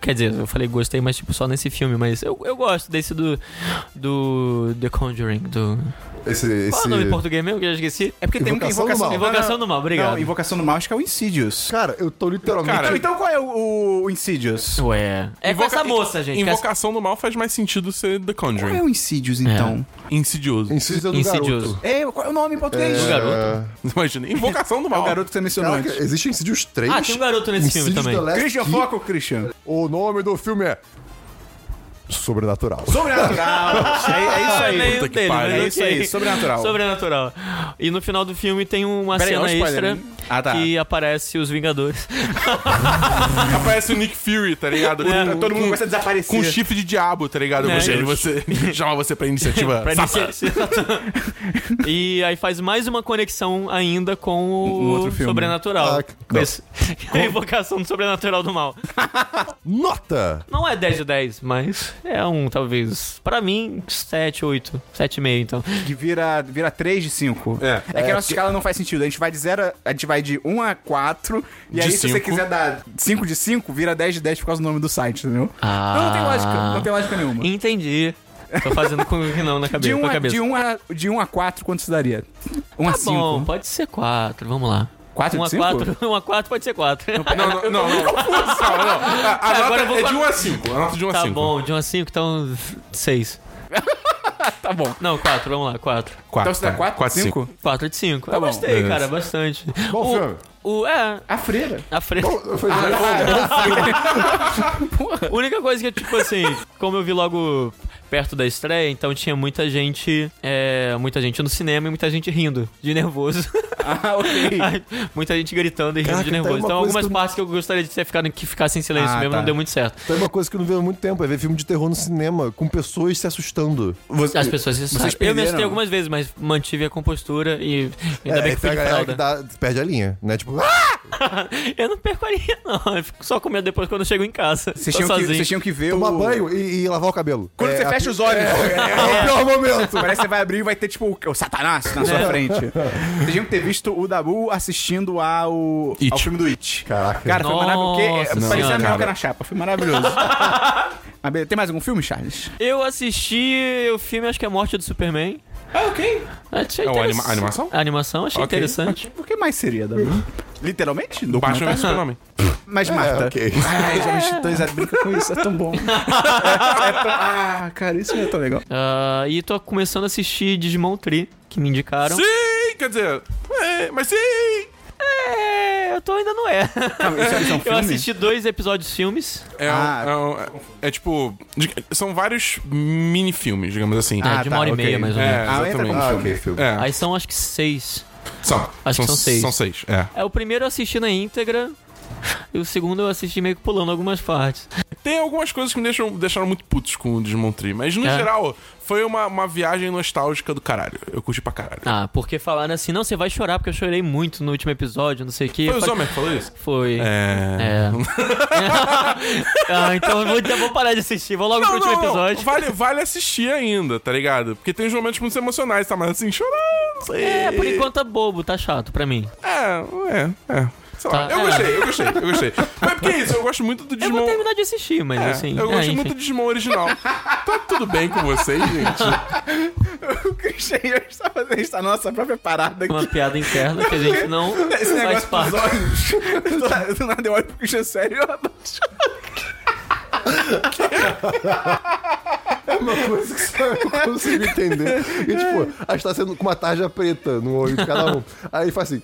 Quer dizer, eu falei gostei, mas tipo só nesse filme, mas eu, eu gosto desse do. Do. The Conjuring. Do... Esse, Qual é o nome em português mesmo que eu já esqueci? É porque tem um que é Invocação do invocação Mal. Invocação Não, do Mal, obrigado. Não, invocação do mal acho que é o Insidious. Cara, eu tô literalmente. Cara, Então, então qual é o, o Insidious? Ué. É com Invoca- essa moça, gente. que essa- Invocação do Mal faz mais sentido ser The Qual é Conjuring. o Insidious, então? Insidioso. Insidious do Insidioso. garoto. É, qual é o nome em português? Do É, garoto. Imagina. Invocação do Mal. o garoto que você mencionou Caraca, antes. existe Insidious 3. Ah, tem um garoto nesse filme Insidious também. The Last Christian, Key. foca o Christian. O nome do filme é. Sobrenatural. Sobrenatural. é, é isso É meio aí. puta que dele, pariu. mas É isso aí, ok. sobrenatural. Sobrenatural. E no final do filme tem uma Peraí, é um cena spoiler, extra né? Ah, tá. que aparece os Vingadores. Aparece o Nick Fury, tá ligado? Com- É, Todo mundo com- começa a desaparecer. Com chifre de diabo, tá ligado? É. Você, ele você, chama você pra iniciativa. Pra safra. iniciar- e aí faz mais uma conexão ainda com o Um outro filme. sobrenatural. Ah, não. Esse- a invocação do sobrenatural do mal. Nota! Não é 10 de 10, mas é um, talvez. Pra mim, 7, 8. 7,5, então. Que vira, vira 3 de 5. É. É que a nossa escala não faz sentido. A gente vai de 0 a gente vai de 1 a 4. E De aí, se você cinco. quiser dar 5 de 5, vira 10 de 10 por causa do nome do site, entendeu? Ah. Então não tem lógica, não tem lógica nenhuma. Entendi. Tô fazendo com que não na De cabeça. 1 com a a, cabeça. de um a, de um a 4, quanto se daria? 1 a tá bom, 5. pode ser 4, vamos lá. Quatro de 1 a cinco? 4, 1 a 4 pode ser 4. Não, não, não. não. Calma, não. A, a Agora nota eu vou é de falar- 1 a 5. A nota de 1 a 5. Tá bom, de 1 a 5, então 6. Tá bom. Não, 4, vamos lá, 4. Então Tá, você dá 4, 5? 4 de 5. Eu bom. gostei, Beleza. cara, bastante. Bom o, filme. ah, O, é, A freira. a frente. Eu falei, A única coisa que, tipo assim, como eu vi logo perto da estreia, então tinha muita gente, é, muita gente no cinema e muita gente rindo de nervoso. Ah, ok. muita gente gritando e rindo Caraca, de tá aí nervoso. uma Então coisa algumas que eu- partes que eu gostaria de ter ficado que ficassem em silêncio Ah, mesmo tá. não deu muito certo. Tem uma coisa que eu não vejo há muito tempo, é ver filme de terror no cinema, com pessoas se assustando. Você- As pessoas se Vocês assustaram. Eu me assustei perderam? algumas vezes, mas mantive a compostura e ainda bem que tem então fui de a galera fralda. É, que dá, perde a linha, né? Tipo, ah! Eu não perco a linha, não. Eu fico só com medo depois quando eu chego em casa. Vocês tô tinham, que, sozinho. vocês tinham que ver tomar o... banho e, e lavar o cabelo. Quando você fecha os olhos, É, o pior momento. Parece que você vai abrir e vai ter, tipo, o- o Satanás na sua frente. Vocês tinham que ter visto o Dabu assistindo ao, It. ao filme do It. Caraca. Cara, foi maravilhoso. porque, é, Nossa Parecia senhora, a minhoca cara. na chapa. Foi maravilhoso. Mas beleza, Tem mais algum filme, Charles? Eu assisti o filme, acho que é a Morte do Superman. Ah, ok. Achei É uma interess- anima- animação? A animação, achei Ok. interessante. O que mais seria, Dabu? Literalmente? Batman Documentário? vs tá. Superman. Mas Marta. ok. Ai, Jovens Titãs, é, brinca com isso, é tão bom. É tão- Ah, cara, isso é tão legal. Ah, e tô começando a assistir Digimon Tree, que me indicaram. Sim! Quer dizer... É, mas sim! É, eu tô ainda não é. Calma, isso é- isso é um Eu filme? assisti dois episódios filmes. É, um- Ah. é um- é- é tipo... de- São vários mini-filmes, digamos assim. É, Ah, de tá, uma hora ok. e meia, mais ou menos. É, Ah, entra exatamente. com- Ah, ok, filme. É. Aí são acho que seis. São. Acho que são seis. São seis, é. É, o primeiro eu assisti na íntegra. E o segundo eu assisti meio que pulando algumas partes. Tem algumas coisas que me deixam, deixaram muito putos com o Digimon Tree, mas no É. geral, foi uma, uma viagem nostálgica do caralho. Eu curti pra caralho. Ah, porque falaram assim, não, você vai chorar, porque eu chorei muito no último episódio, não sei o quê. foi Eu o falei- Zomer que falou isso? Foi. É. É. É. ah, então eu vou, eu vou parar de assistir. Vou logo Não, pro último não, não. episódio. Vale, vale assistir ainda, tá ligado? Porque tem uns momentos muito emocionais, tá? Mas assim, chorando, não sei. É, por enquanto tá bobo, tá chato pra mim. É, é, é. Sei lá. Tá, eu é. gostei, eu gostei, eu gostei. Mas porque é isso, eu gosto muito do Eu Digimon. vou terminar de assistir, mas É, assim. eu é, gostei enfim. muito do Digimon original. tá tudo bem com vocês, gente? O Christian está fazendo isso na nossa própria parada aqui. Uma piada interna que a gente não Esse faz negócio parte. dos olhos. Do nada- Do nada eu olho pro Christian sério e eu abaixo. É Uma coisa que só eu consigo entender. E tipo, a gente tá sendo com uma tarja preta no olho de cada um. Aí faz assim.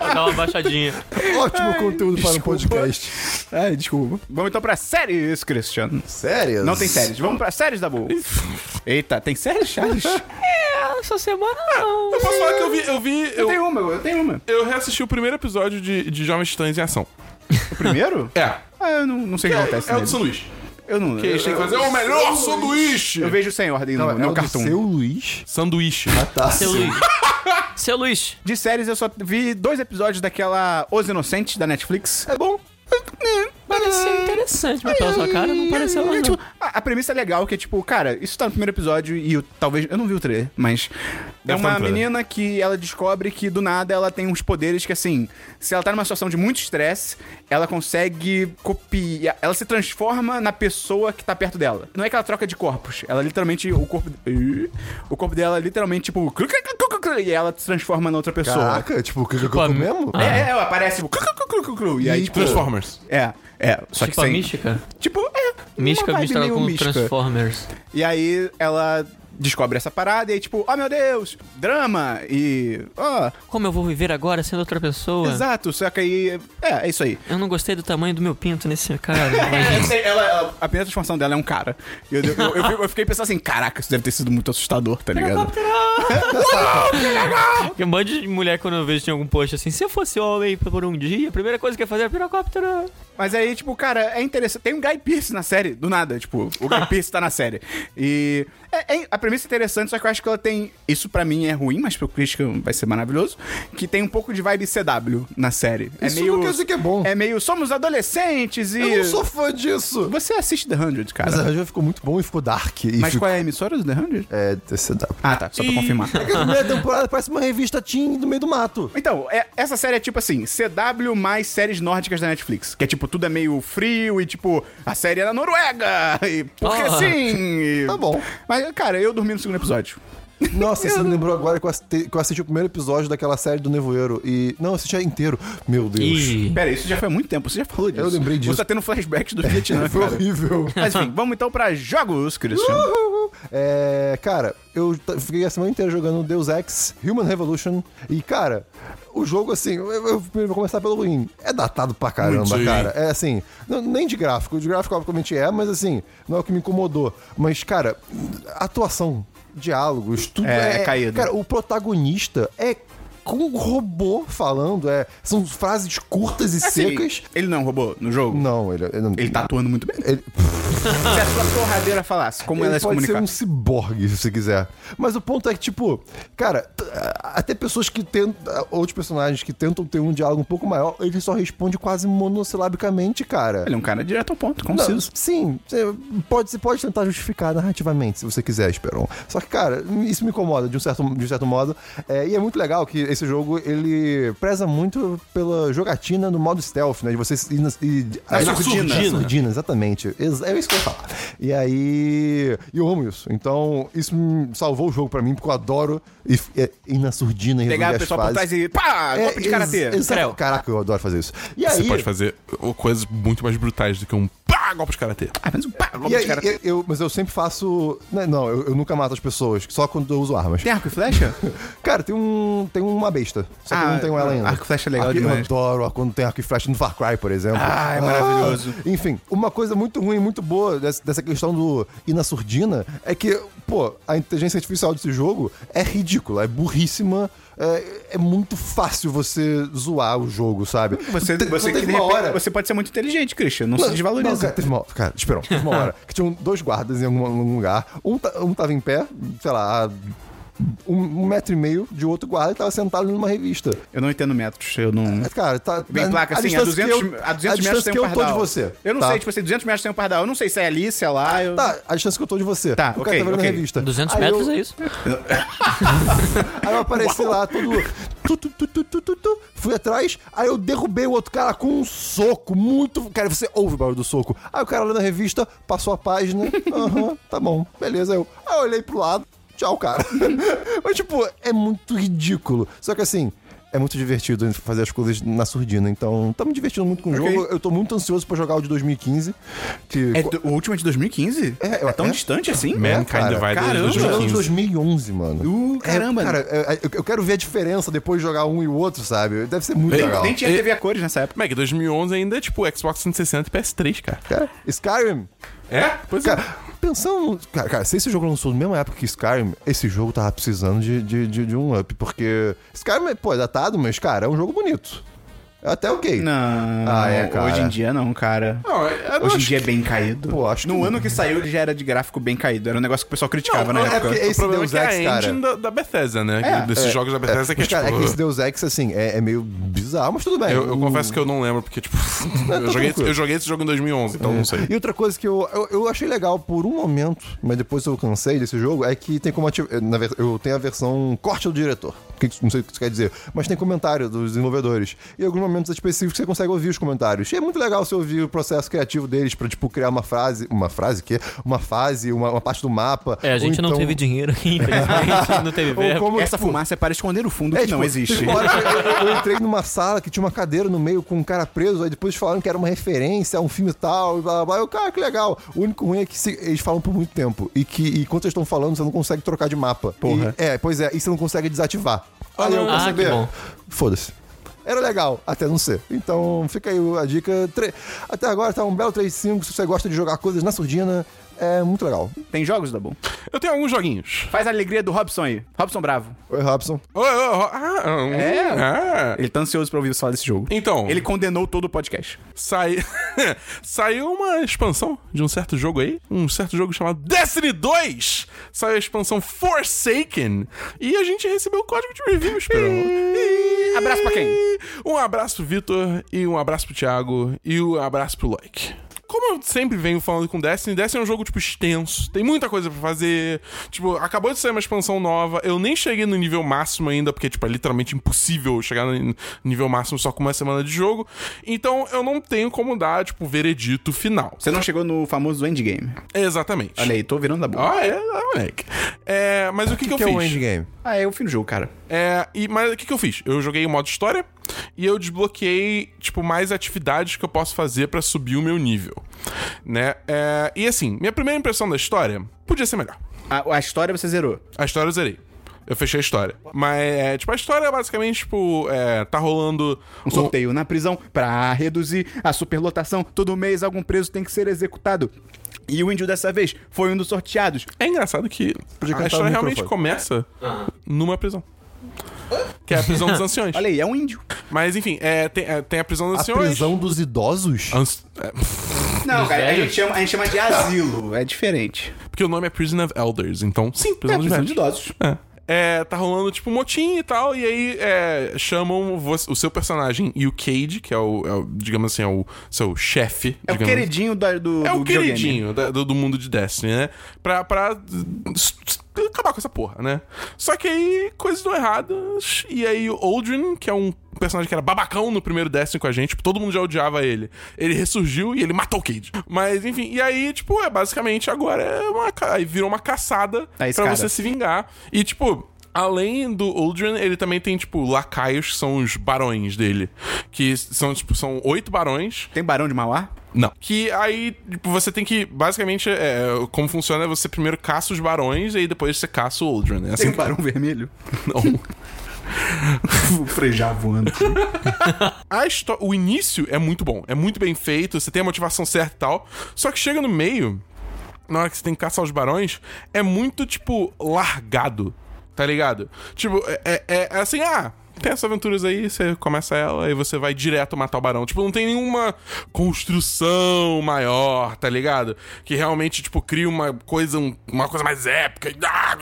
Dá uma baixadinha. Ótimo conteúdo para um desculpa. podcast. Ai, desculpa. Vamos então pra séries, Christian. Sério? Não tem séries. Vamos pra séries, Dabu. Eita, tem séries, Charles? Essa semana não. Eu posso falar que eu vi. Eu vi. Eu Eu, tenho uma, eu tenho uma. eu reassisti o primeiro episódio de, de Jovens Titãs em Ação. O primeiro? É. Ah, eu não, não sei o que acontece É o do nele. sanduíche. Eu não... Que eu, eles têm que eu, fazer um o melhor sanduíche! eu vejo sem ordem Não, no, é no o do cartoon. Seu Luiz. Sanduíche. Tá. Seu Luiz. Seu Luiz. De séries, eu só vi dois episódios daquela Os Inocentes, da Netflix. É bom. É. Pareceu é interessante, mas pela sua cara não pareceu mais não. Tipo, a, a premissa é legal, que é tipo, cara, isso tá no primeiro episódio e eu, talvez. Eu não vi o trailer, mas. É Deve tá no uma trailer. menina que ela descobre que do nada ela tem uns poderes que, assim, se ela tá numa situação de muito estresse, ela consegue copiar. Ela se transforma na pessoa que tá perto dela. Não é que ela troca de corpos, ela literalmente. O corpo. Ih, O corpo dela literalmente, tipo. E ela se transforma na outra pessoa. Caraca, tipo, o que que eu como mesmo? É, É, ela aparece, tipo. E aí, tipo. Transformers. É, é. Só que Tipo a sem. mística? Tipo, é. uma Mística vibe misturada meio com mística. Transformers. E aí ela descobre essa parada e aí, tipo, oh meu Deus, drama e. ó, Como eu vou viver agora sendo outra pessoa? exato, só que aí. É, é isso aí. Eu não gostei do tamanho do meu pinto nesse cara. É, Ela, ela- a primeira transformação dela é um cara. E eu, eu, eu, fico- eu fiquei pensando assim, caraca, isso deve ter sido muito assustador, tá ligado? Porque um monte de mulher, quando eu vejo, tem algum post assim, se eu fosse homem por um dia, a primeira coisa que eu ia fazer é pirocóptero. Mas aí, tipo, cara, é interessante. Tem um Guy Pearce na série, do nada, tipo, o Guy Pearce tá na série. E é- é- a premissa é interessante, só que eu acho que ela tem. Isso pra mim é ruim, mas pro Christian vai ser maravilhoso. Que tem um pouco de vibe CW na série. É Isso meio. não quer dizer que é bom. É meio. Somos adolescentes e. Eu não sou fã disso. Você assiste The 100, cara. Mas a Mas, Ranger ficou muito bom e ficou dark. E ficou... qual é a emissora do The 100? É, DCW. Ah, tá. Só pra confirmar. Porque a primeira temporada parece uma revista teen no meio do mato. Então, é- essa série é tipo assim, CW mais séries nórdicas da Netflix. Que é tipo, tudo é meio frio e tipo, a série é na Noruega. E porque Ah. sim. e- Tá bom. Mas, cara, eu dormi no segundo episódio. Nossa, você me lembrou agora que eu, assisti, que eu assisti o primeiro episódio daquela série do Nevoeiro e... Não, eu assisti inteiro. Meu Deus. E Pera, isso já foi há muito tempo, você já falou disso. Eu lembrei disso. Você tá tendo flashbacks do Vietnã, Foi cara. horrível. Mas enfim, vamos então pra jogos, Christian. Uh, É, cara, eu t- fiquei a semana inteira jogando Deus Ex, Human Revolution, e, cara, o jogo, assim, eu, eu primeiro vou começar pelo ruim. É datado pra caramba, Muito ruim. cara. É assim, não- nem de gráfico, de gráfico obviamente é, mas assim, não é o que me incomodou. Mas, cara, atuação, diálogos, tudo É, é caído. Cara, o protagonista é com um robô falando, é, são frases curtas e Assim, secas. ele não roubou no jogo? Não, É ele, ele, Ele tá atuando muito bem. ele- Se a sua torradeira falasse, como Ele ela se pode ser comunicar? um ciborgue, se você quiser. Mas o ponto é que, tipo, cara, t- até pessoas que tentam. Outros personagens que tentam ter um diálogo um pouco maior, ele só responde quase monossilabicamente, cara. Ele é um cara direto ao ponto, Não, conciso. sim, você pode, você pode tentar justificar narrativamente, se você quiser, Esperon. Só que, cara, isso me incomoda de um certo, de um certo modo. É, e é muito legal que esse jogo, ele preza muito pela jogatina no modo stealth, né? De você ir... nas- ir- Na aí- surdina. Surdina, exatamente. Ex- É isso que eu ia falar. E aí... E eu amo isso. Então, isso me salvou o jogo pra mim, porque eu adoro ir, é, ir na surdina e Pegar resolver o as pessoal por trás e fases. pá, É, golpe de ex- karatê. exa- Creu. Caraca, eu adoro fazer isso. E Você aí... pode fazer uh, coisas muito mais brutais do que um pá, golpe de karatê. Ah, mas um pá, golpe E aí, de karatê. eu- eu- mas eu sempre faço. né, Não, eu, eu nunca mato as pessoas, só quando eu uso armas. Tem arco e flecha? Cara, tem um. Tem uma besta. Só que Ah, eu não tenho ela ainda. arco e flecha é legal eu demais. adoro quando tem arco e flecha no Far Cry, por exemplo. Ah, é maravilhoso. Ah, enfim, uma coisa muito ruim, muito boa dessa, dessa questão do ir na surdina é que, pô, a inteligência artificial desse jogo é ridícula, é burríssima. É, é muito fácil você zoar o jogo, sabe? Você, Tem- você, tem que, de uma repente, hora- você pode ser muito inteligente, Christian. Não, se não, desvaloriza. cara, teve uma, cara, esperou, teve uma hora que tinham dois guardas em algum, algum lugar. Um, ta- um tava em pé, sei lá, a um, um metro e meio de outro guarda que tava sentado lendo uma revista. eu não entendo metros. Eu não. Mas, Cara, tá. Vem tá- placa assim, a distância 200, que eu- a 200 a metros distância tem que um eu tô pardal. de você. Eu não tá? sei, tipo assim, 200 metros tem um pardal. Eu não sei se é ali, se é lá. Eu... Tá, a distância que eu tô de você. Tá, o ok, cara tá vendo ok. a revista. 200 Aí eu- metros é isso. Aí eu apareci lá, todo. Tu, tu, tu, tu, tu, tu, tu. Fui atrás, aí eu derrubei o outro cara com um soco muito. Cara, você ouve o barulho do soco. Aí o cara lá na revista passou a página. Aham, tá bom, beleza. Aí eu, aí eu olhei pro lado, tchau, cara. Mas, tipo, é muito ridículo. Só que assim. é muito divertido fazer as coisas na surdina. Então, tá me divertindo muito com o Ok. jogo. Eu tô muito ansioso pra jogar o de 2015. Que É do- o último é de 2015? É, é tão é. distante assim? Mankind cara, Divided caramba. de Tô jogando em 2015. 2011, mano. Uh, caramba. É, cara, é, eu, eu quero ver a diferença depois de jogar um e o outro, sabe? Deve ser muito Bem, legal. É. Nem tinha E- TV a cores nessa época. Mac, 2011 ainda é tipo Xbox 360 e PS3, cara. Cara, Skyrim. É? Pois é. Cara, pensando. Cara, cara, se esse jogo lançou na mesma época que Skyrim, esse jogo tava precisando de, de, de, de um up. Porque. Skyrim, é, pô, é datado, mas, cara, é um jogo bonito. É até ok. Não, Ah, é, cara. Ah, hoje em dia não, cara. Não, eu não Hoje em acho dia é bem caído. Pô, acho que no não. ano que saiu ele já era de gráfico bem caído. Era um negócio que o pessoal criticava Não, na não, é época. porque- O Esse problema Deus é que é Ex, a cara. engine da, da Bethesda, né? É, Desses jogos da Bethesda que é Mas, cara, é tipo... que esse Deus Ex, assim, é, é meio bizarro, mas É, tudo bem. Eu, eu O- confesso que eu não lembro, porque, tipo, tá eu, joguei, tranquilo. eu joguei esse jogo em 2011, É. então não sei. E outra coisa que eu, eu, eu achei legal por um momento, mas depois eu cansei desse jogo, é que tem como ativar. na ver- Eu tenho a versão corte do diretor. que que- não sei o que isso quer dizer, mas tem comentário dos desenvolvedores. E em alguns momentos específicos você consegue ouvir os comentários. E é muito legal você ouvir o processo criativo deles pra, tipo, criar uma frase. Uma frase que Uma fase, uma, uma parte do mapa. É, a ou gente não então- teve dinheiro aqui, infelizmente. não teve ou verba. como, Essa tipo, fumaça é para esconder o fundo é, que tipo, não existe. teve uma hora que eu, eu entrei numa sala que tinha uma cadeira no meio com um cara preso, aí depois falaram que era uma referência a um filme tal, e blá blá blá. Eu, cara, que legal. O único ruim é que se- eles falam por muito tempo. E que e enquanto eles estão falando, você não consegue trocar de mapa. Porra. E- é, pois é, e você não consegue desativar. Aí eu não. Ah, percebi. que bom. Foda-se. Era legal, até não ser. Então fica aí a dica. Tre- Até agora tá um belo 3.5. Se você gosta de jogar coisas na surdina, é muito legal. Tem jogos, Dabu? Eu tenho alguns joguinhos. Faz a alegria do Robson aí. Robson Bravo. Oi, Robson. Oh, ah, hum, É. ah. Ele tá ansioso pra ouvir falar desse jogo. Então, Ele condenou todo o podcast. sai... saiu uma expansão de um certo jogo aí. Um certo jogo chamado Destiny 2. Saiu a expansão Forsaken. E a gente recebeu o código de review, esperão. E- Abraço pra quem? Um abraço pro Vitor, e um abraço pro Thiago, e um abraço pro Loic. Como eu sempre venho falando com Destiny, Destiny é um jogo, tipo, extenso. Tem muita coisa pra fazer. Tipo, acabou de sair uma expansão nova. Eu nem cheguei no nível máximo ainda, porque, tipo, é literalmente impossível chegar no nível máximo só com uma semana de jogo. Então, eu não tenho como dar, tipo, veredito final. Você não chegou no famoso endgame. Exatamente. Olha aí, tô virando Dabu. Ah, é, ah, moleque. É, mas o que, que, eu é fiz? o endgame? Ah, é o fim do jogo, cara. É, e, mas o que, que eu fiz? Eu joguei o modo história e eu desbloqueei, tipo, mais atividades que eu posso fazer pra subir o meu nível. Né? É, e assim, minha primeira impressão da história podia ser melhor. A, a história você zerou. A história eu zerei. Eu fechei a história. Mas, é, tipo, a história é basicamente, tipo, é, tá rolando. Um sorteio na prisão pra reduzir a superlotação. Todo mês algum preso tem que ser executado. E o índio dessa vez foi um dos sorteados. É engraçado que a cantar história no realmente microfone. começa numa prisão. Que é a prisão dos anciões. Olha aí, é um índio. Mas enfim, é, tem, é, tem a prisão dos A anciões. prisão dos idosos? Anci- é, Não, cara, a velhos? gente, chama, a gente chama de asilo. É diferente. porque o nome é Prison of Elders, então. Sim, prisão É, dos velhos. idosos. É. É, tá rolando tipo um motim e tal, e aí é, chamam vo- o seu personagem e o Cade, que é o, é o, digamos assim, é o seu chefe. É o digamos. queridinho da- do, É do o videogame. queridinho da- do, do mundo de Destiny, né? Pra, pra s- s- acabar com essa porra, né? Só que aí coisas dão erradas, e aí o Aldrin, que é um personagem que era babacão no primeiro Destiny com a gente, tipo, todo mundo já odiava ele. Ele ressurgiu e ele matou o Cade. Mas enfim, e aí, tipo, é basicamente agora é uma, ca- aí virou uma caçada A pra É escada. você se vingar. E, tipo, além do Aldrin, ele também tem, tipo, lacaios, que são os barões dele. Que são, tipo, são oito barões. Tem Barão de Mauá? Não. Que aí, tipo, você tem que. Basicamente, é, como funciona é você primeiro caça os barões e aí depois você caça o Aldrin. É Tem assim um Barão Vermelho? não. Vou frejar voando. A histó- o início é muito bom, é muito bem feito, você tem a motivação certa e tal. Só que chega no meio, na hora que você tem que caçar os barões, é muito, tipo, largado, tá ligado? Tipo, é, é- é assim, ah. Tem essas aventuras aí, você começa ela e você vai direto matar o barão. Tipo, não tem nenhuma construção maior, tá ligado? Que realmente, tipo, cria uma coisa, um- uma coisa mais épica. Ah,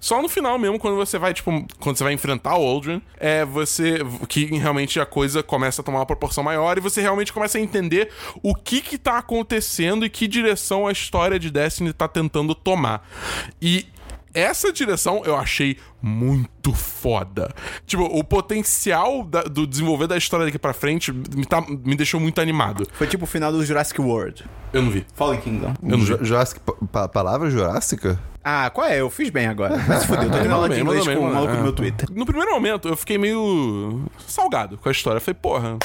Só no final mesmo, quando você vai, tipo, quando você vai enfrentar o Aldrin, é você. que realmente a coisa começa a tomar uma proporção maior e você realmente começa a entender o que que tá acontecendo e que direção a história de Destiny tá tentando tomar. E. Essa direção eu achei muito foda. Tipo, o potencial da- do desenvolver da história daqui pra frente me, tá- me deixou muito animado. Foi tipo o final do Jurassic World. Eu não vi. Fallen Kingdom. Eu não vi. Ju- Jurassic, pa- pa- palavra jurássica? Ah, qual é? Eu fiz bem agora. Mas se fudeu, tô tendo aula de bem, inglês mandou com bem, um mandou maluco no bem. meu Twitter. No primeiro momento, eu fiquei meio salgado com a história. Eu Falei, porra,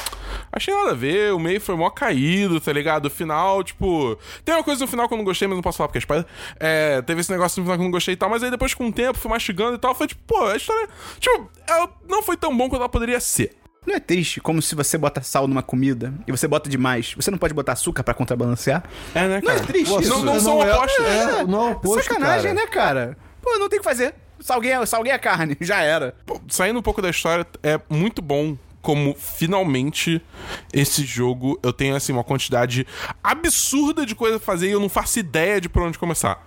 achei nada a ver, o meio foi mó caído, tá ligado? O final, tipo. Tem uma coisa no final que eu não gostei, mas não posso falar porque é spoiler. É, teve esse negócio no final que eu não gostei e tal, mas aí depois, com o tempo, fui mastigando e tal. Foi tipo, pô, a história. Tipo, ela não foi tão bom quanto ela poderia ser. Não é triste como se você bota sal numa comida e você bota demais. Você não pode botar açúcar pra contrabalancear? É, né, Não é cara? triste Pô, isso? Não, não são é- opostas. É, não é oposto, Sacanagem, cara. né, cara? Pô, não tem o que fazer. Salguei, salguei a carne, já era. saindo um pouco da história, é muito bom como finalmente esse jogo eu tenho assim uma quantidade absurda de coisa a fazer e eu não faço ideia de por onde começar.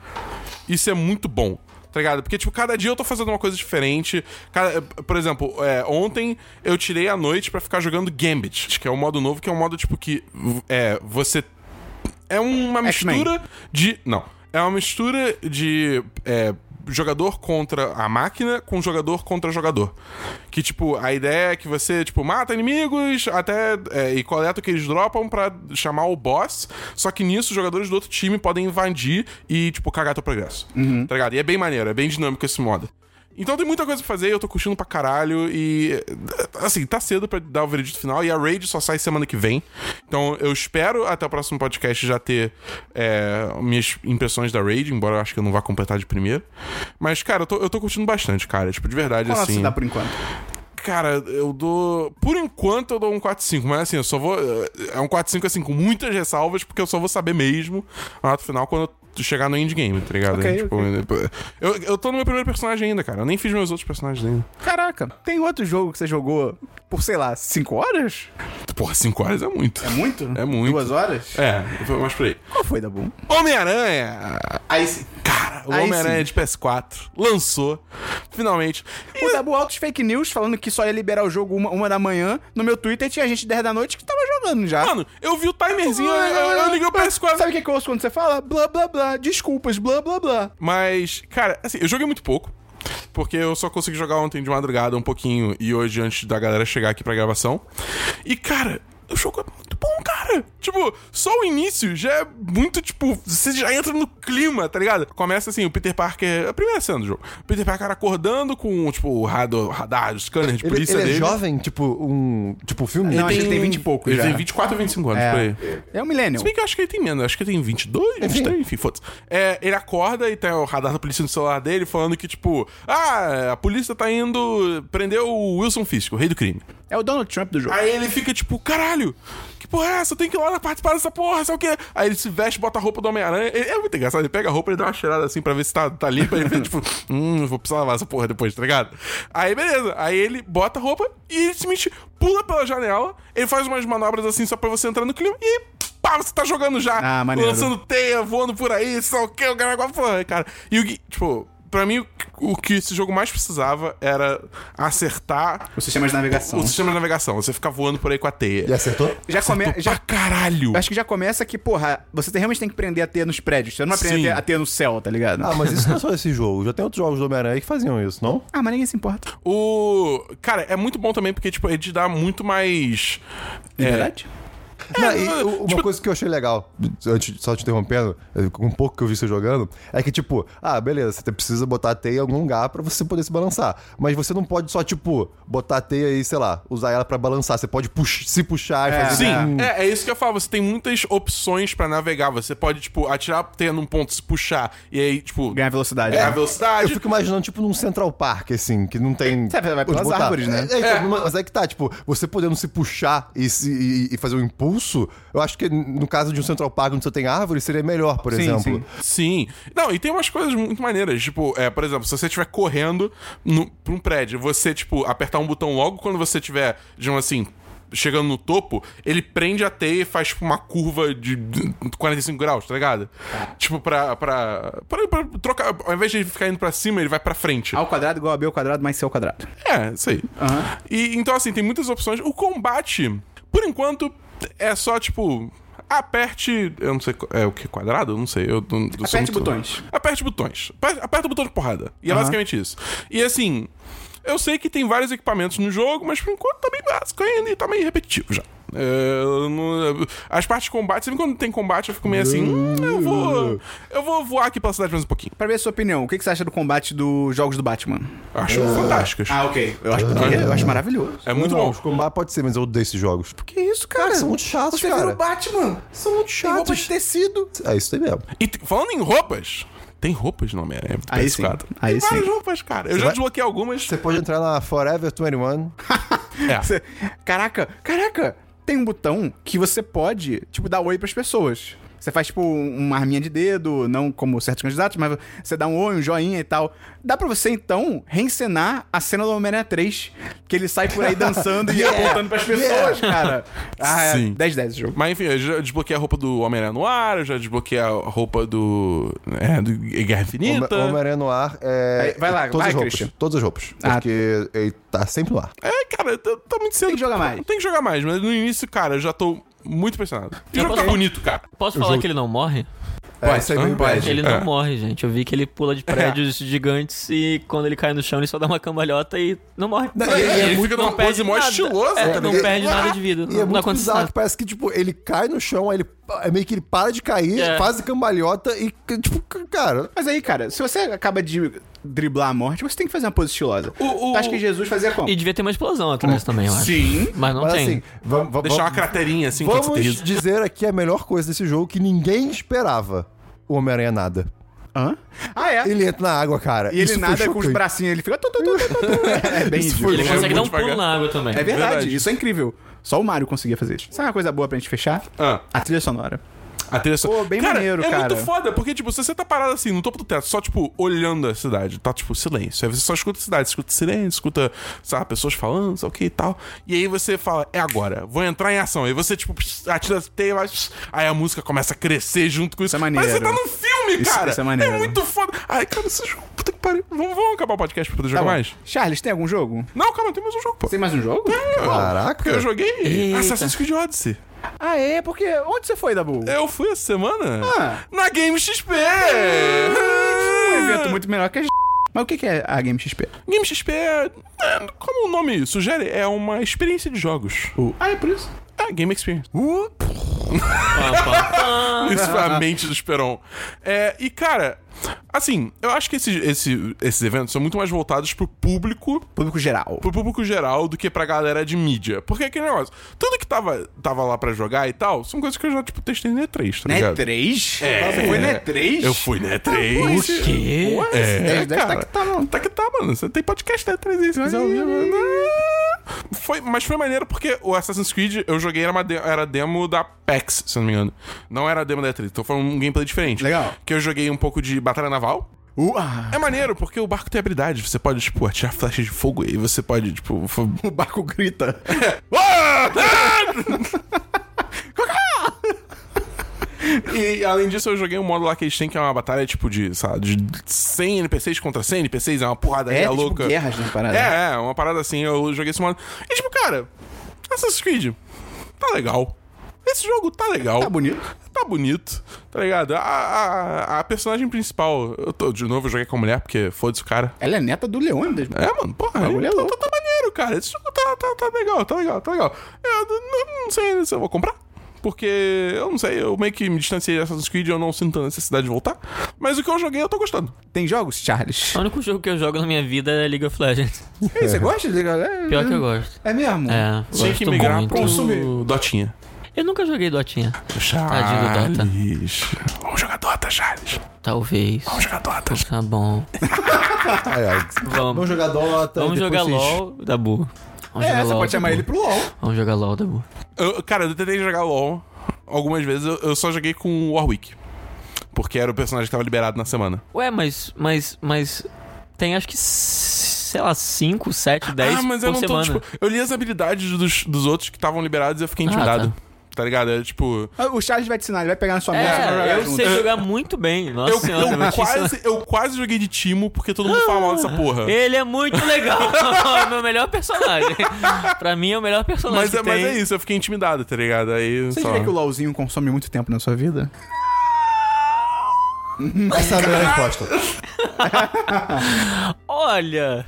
Isso é muito bom. Tá ligado? Porque, tipo, cada dia eu tô fazendo uma coisa diferente. Cada- por exemplo, é, ontem eu tirei a noite pra ficar jogando Gambit, que é um modo novo, que é um modo, tipo, que é, você é uma X-Men. mistura de. Não. É uma mistura de. é, jogador contra a máquina com jogador contra jogador. Que, tipo, a ideia é que você, tipo, mata inimigos até. é, e coleta o que eles dropam pra chamar o boss. Só que nisso, os jogadores do outro time podem invadir e, tipo, cagar teu progresso. Tá ligado? E é bem maneiro, é bem dinâmico esse modo. Então tem muita coisa pra fazer, eu tô curtindo pra caralho e. Assim, tá cedo pra dar o veredito final e a Raid só sai semana que vem. Então eu espero até o próximo podcast já ter é, minhas impressões da Raid, embora eu acho que eu não vá completar de primeiro. Mas, cara, eu tô, eu tô curtindo bastante, cara. Tipo, de verdade, Qual é nota assim. você dá por enquanto? Cara, eu dou. Por enquanto eu dou um 4-5, mas assim, eu só vou. É um 4-5 assim, com muitas ressalvas, porque eu só vou saber mesmo a nota final quando eu chegar no endgame, tá ligado? Ok, tipo, eu, eu tô no meu primeiro personagem ainda, cara. Eu nem fiz meus outros personagens ainda. Caraca, tem outro jogo que você jogou por, sei lá, 5 horas? Porra, 5 horas é muito. É muito? É muito. Duas horas? É, foi- mas peraí. Qual foi, Dabu? Homem-Aranha! Aí sim. Cara, o Aí Homem-Aranha sim. de PS4 lançou, finalmente. E- O Dabu altos fake news falando que só ia liberar o jogo uma, uma da manhã. No meu Twitter tinha gente 10 da noite que tava jogando já. Mano, eu vi o timerzinho, Ah, eu, eu- eu liguei o PS4. Sabe o que, que eu ouço quando você fala? Blá, blá, blá. Desculpas, blá, blá, blá. Mas, cara, assim, eu joguei muito pouco. Porque eu só consegui jogar ontem de madrugada um pouquinho e hoje antes da galera chegar aqui pra gravação. E, cara, o jogo é muito bom, cara. Tipo, só o início já é muito, tipo, você já entra no clima, tá ligado? Começa assim, o Peter Parker, a primeira cena do jogo. O Peter Parker acordando com, tipo, o radar, radar o scanner de Ele, polícia ele é dele. jovem, tipo, um. Tipo, filme? Não, acho que ele tem 20 e pouco Ele já. tem 24 ou 25 anos, por aí. É um millennial. Se bem que eu acho que ele tem menos, acho que ele tem 22, 23, enfim, foda-se. É, ele acorda e tem o radar da polícia no celular dele falando que, tipo, ah, a polícia tá indo prender o Wilson Fisk, o rei do crime. É o Donald Trump do jogo. Aí ele fica tipo, caralho, que porra é essa? Eu tenho que ir lá participar dessa porra, sei o quê. Aí ele se veste, bota a roupa do Homem-Aranha. Ele- É muito engraçado, ele pega a roupa, ele dá uma cheirada assim pra ver se tá, tá limpa. Ele fica tipo, hum, vou precisar lavar essa porra depois, tá ligado? Aí beleza, aí ele bota a roupa e ele simplesmente pula pela janela. Ele faz umas manobras assim só pra você entrar no clima e pá, você tá jogando já. Ah, maneiro. Lançando teia, voando por aí, sei lá o quê, o cara agora, porra, cara. E o que, tipo... Pra mim, o que- o que esse jogo mais precisava era acertar O sistema de navegação. o sistema de navegação, você fica voando por aí com a teia. Ele acertou? Já, come... Acertou é, já Pra caralho! Acho que já começa que, porra, você tem- realmente tem que prender a teia nos prédios. Você não aprende Sim. a teia- a teia no céu, tá ligado? Ah, mas isso não é só esse jogo. Já tem outros jogos do Homem-Aranha que faziam isso, não? Ah, mas ninguém se importa. O. Cara, é muito bom também porque, tipo, ele te dá muito mais. É, Verdade? É, Não, e o- uma tipo- coisa que eu achei legal, antes, só te interrompendo, eh, com um pouco que eu vi você jogando, é que, tipo, ah, beleza, você precisa botar a teia em algum lugar pra você poder se balançar. Mas você não pode só, tipo, botar a teia e, sei lá, usar ela pra balançar. Você pode pux- se puxar e fazer. Sim, um- é, é isso que eu falo. Você tem muitas opções pra navegar. Você pode, tipo, atirar a teia num ponto, se puxar e aí, tipo, Ganhar É. velocidade. né? ganhar Eu velocidade. fico imaginando, tipo, num Central Park, assim, que não tem. Você vai pelas onde botar. árvores, né? É, então, Mas é que tá, tipo, você podendo se puxar e, se- e- e fazer um impulso, eu acho que no caso de um Central Park onde você tem árvore, seria melhor, por Sim, exemplo. sim. Sim. Não, e tem umas coisas muito maneiras. Tipo, é, por exemplo, se você estiver correndo no, pra um prédio, você, tipo, apertar um botão logo quando você estiver, digamos assim, chegando no topo, ele prende a teia e faz, tipo, uma curva de 45 graus, tá ligado? Tipo, pra, pra, pra, pra trocar... Ao invés de ele ficar indo pra cima, ele vai pra frente. A ao quadrado igual a B ao quadrado mais C ao quadrado. É, isso aí. Aham. E, então, assim, tem muitas opções. O combate, por enquanto, é só, tipo... Aperte. Eu não sei. qu- É o que? Quadrado? Eu não sei. Eu, não- eu sou Aperte muito- botões. Aperte botões. Aper- Aperta o botão de porrada. E é basicamente isso. E assim, eu sei que tem vários equipamentos no jogo, mas por enquanto tá bem básico ainda e tá meio repetitivo já. É, eu não- as partes de combate, sempre quando tem combate, eu fico meio assim. "Hum, eu vou. Eu vou voar aqui pela cidade mais um pouquinho. Pra ver a sua opinião, o que que você acha do combate dos jogos do Batman? Eu acho fantásticas. Ah, ok. Eu acho, eu acho maravilhoso. É muito bom. Os combates pode ser, mas eu odeio esses jogos. Que isso, cara? são muito chatos, Você cara. vira o Batman. São muito Tem roupa de tecido. É isso aí mesmo. E te- falando em roupas, tem roupas no Homem-Aranha do Aí PS4. sim. Aí tem várias sim. roupas, cara. Eu já vai- desbloqueei algumas. Você pode entrar na Forever 21. É. Você- Caraca, caraca. Tem um botão que você pode, tipo, dar oi pras pessoas. Você faz, tipo, uma arminha de dedo, não como certos candidatos, mas você dá um oi, um joinha e tal. Dá pra você, então, reencenar a cena do Homem-Aranha 3, que ele sai por aí dançando e apontando pras pessoas, cara. Ah, é Sim. 10 10 esse jogo. Mas enfim, eu já desbloqueei a roupa do Homem-Aranha no ar, eu já desbloqueei a roupa do. É, do Guerra Home- Infinita. Homem-Aranha no ar. É, Aí, vai lá, todas vai, as roupas. Christian. Todas as roupas. Ah. Porque ele tá sempre no ar. É, cara, tá, tá muito cedo. Tem que jogar mais. Tem que jogar mais, mas no início, cara, eu já tô muito impressionado. E o jogo tá posso- bonito, cara. Posso falar que ele não morre? É, isso aí hã? me impede. Ele É. não morre, gente. Eu vi que ele pula de prédios gigantes e quando ele cai no chão ele só dá uma cambalhota e não morre. e- e é muito- fica numa pose mó nada. estilosa É, também. não perde nada de vida. tá E é não muito acontece bizarro, nada. que parece que, tipo, ele cai no chão, aí ele é meio que ele para de cair, É. faz cambalhota e, tipo, c- cara, Mas aí, cara, se você acaba de driblar a morte, você tem que fazer uma pose estilosa. O- o- Tu acha que Jesus fazia como? E devia ter uma explosão atrás também, eu acho. Sim. Mas não É. mas tem. assim, vamos, vamos, Deixar uma craterinha assim quando você vamos aterriza. dizer aqui a melhor coisa desse jogo que ninguém esperava. O Homem-Aranha nada. Hã? Ah, é. Ele entra na água, cara. E ele Isso foi nada com os chocante. bracinhos, ele fica. tu, tu, tu, tu, tu, tu. É bem Isso isso. foi Ele Ele consegue é dar um muito pulo devagar. na água também. É verdade, Verdade. isso é incrível. Só o Mario conseguia fazer isso. Sabe uma coisa boa pra gente fechar? Ah. A trilha sonora. Tá A trilha so- Pô, bem maneiro, é cara. muito foda, porque, tipo, se você tá parado assim, no topo do teto, só, tipo, olhando a cidade, tá, tipo, silêncio. Aí você só escuta a cidade, escuta silêncio, escuta, sabe, pessoas falando, sei o que e tal. E aí você fala, é agora, vou entrar em ação. Aí você, tipo, pss, atira as telas, pss, aí a música começa a crescer junto com isso. é maneiro. Mas você tá num filme, Isso- cara! isso é maneiro. muito foda. Ai, cara, esse jogo, puta que pariu. Vamos, vamos acabar o podcast pra poder Tá jogar bom. mais? Charles, tem algum jogo? Não, calma, tem mais um jogo, pô. Tem mais um jogo? Caraca. Eu joguei Assassin's Creed Odyssey. Ah, é? Porque onde você foi, Dabu? Eu fui essa semana Ah. na Game XP! Um evento muito melhor que a gente. Mas o que que é a Game XP? Game XP é, é, como o nome sugere, é uma experiência de jogos. Ah, é por isso? É, Game Experience. Pá, pá, pá. Isso foi a mente do Esperon. É, e, cara, assim, eu acho que esse- esse- esses eventos são muito mais voltados pro público Público geral. pro público geral do que pra galera de mídia. Porque é aquele negócio, tudo que tava, tava lá pra jogar e tal, são coisas que eu já, tipo, testei no E3, tá ligado? E3? É. Né, Você foi no E3? Eu fui no E3. Puxa. O quê? É, 10, 10 tá cara. que tá, mano. Tá que tá, mano. Você tem podcast né? da E3 aí, se quiser ouvir, mano. Foi, mas foi maneiro porque o Assassin's Creed eu joguei era, uma de- era demo da PAX, se eu não me engano. Não era a demo da E3, então foi um gameplay diferente. Legal. Que eu joguei um pouco de Batalha Naval. Uh, ah, É maneiro, porque o barco tem habilidade. Você pode, tipo, atirar flechas de fogo e você pode, tipo. fo- o barco grita. Ah! E além disso, eu joguei um modo lá que eles têm que é uma batalha tipo de, sabe, de 100 NPCs contra 100 NPCs, é uma porrada É, é, tipo louca. guerras, né, parada? É, é, uma parada assim, eu joguei esse modo. E tipo, cara, Assassin's Creed, tá legal. Esse jogo tá legal. Tá bonito. Tá bonito, tá ligado? A, a, a personagem principal, eu tô, de novo, eu joguei com a mulher, porque foda-se o cara. Ela é neta do Leônidas. mano. É, mano, porra, bagulho ele é tá, louco. tá, tá maneiro, cara. Esse jogo tá, tá, tá legal, tá legal, tá legal. Eu não, não sei ainda se eu vou comprar. Porque eu não sei, eu meio que me distanciei de Assassin's Creed, eu não sinto a necessidade de voltar. Mas o que eu joguei, eu tô gostando. Tem jogos, Charles? O único jogo que eu jogo na minha vida é League of Legends. Ei, Você gosta de Pior que eu gosto. É mesmo? É, Tinha gosto Né? que migrar muito. pro Dotinha. Eu nunca joguei Dotinha. Charles. Dota. Vamos jogar Dota, Charles. Talvez. Vamos jogar Dota. Tá bom. Aí, ó, Vamos, Vamos jogar Dota. depois vamos jogar vocês- LOL, Dabu. Vamos É, jogar você LOL, tá pode chamar Dabu. ele pro LOL. Vamos jogar LOL, Dabu. Eu- cara, eu tentei jogar LOL algumas vezes, eu, eu só joguei com o Warwick. Porque era o personagem que tava liberado na semana. Ué, mas, mas, mas... Tem acho que, sei lá, 5, 7, 10 Ah, mas por eu não tô, semana. Ah, tipo. Eu li as habilidades dos, dos outros que estavam liberados e eu fiquei intimidado. tá. ligado? É tipo. Ah, O Charles vai te ensinar, ele vai pegar na sua mão e vai É, jogar eu junto. sei jogar muito bem. Nossa Eu, senhora, eu vou te ensinar. quase, eu quase joguei de Timo porque todo mundo fala mal dessa porra. Ele é muito legal. É o meu melhor personagem. pra mim é o melhor personagem Mas, é, que mas tem. é isso, eu fiquei intimidado, tá ligado? Aí. Você só- diria que o LOLzinho consome muito tempo na sua vida? Essa é a melhor resposta. Olha...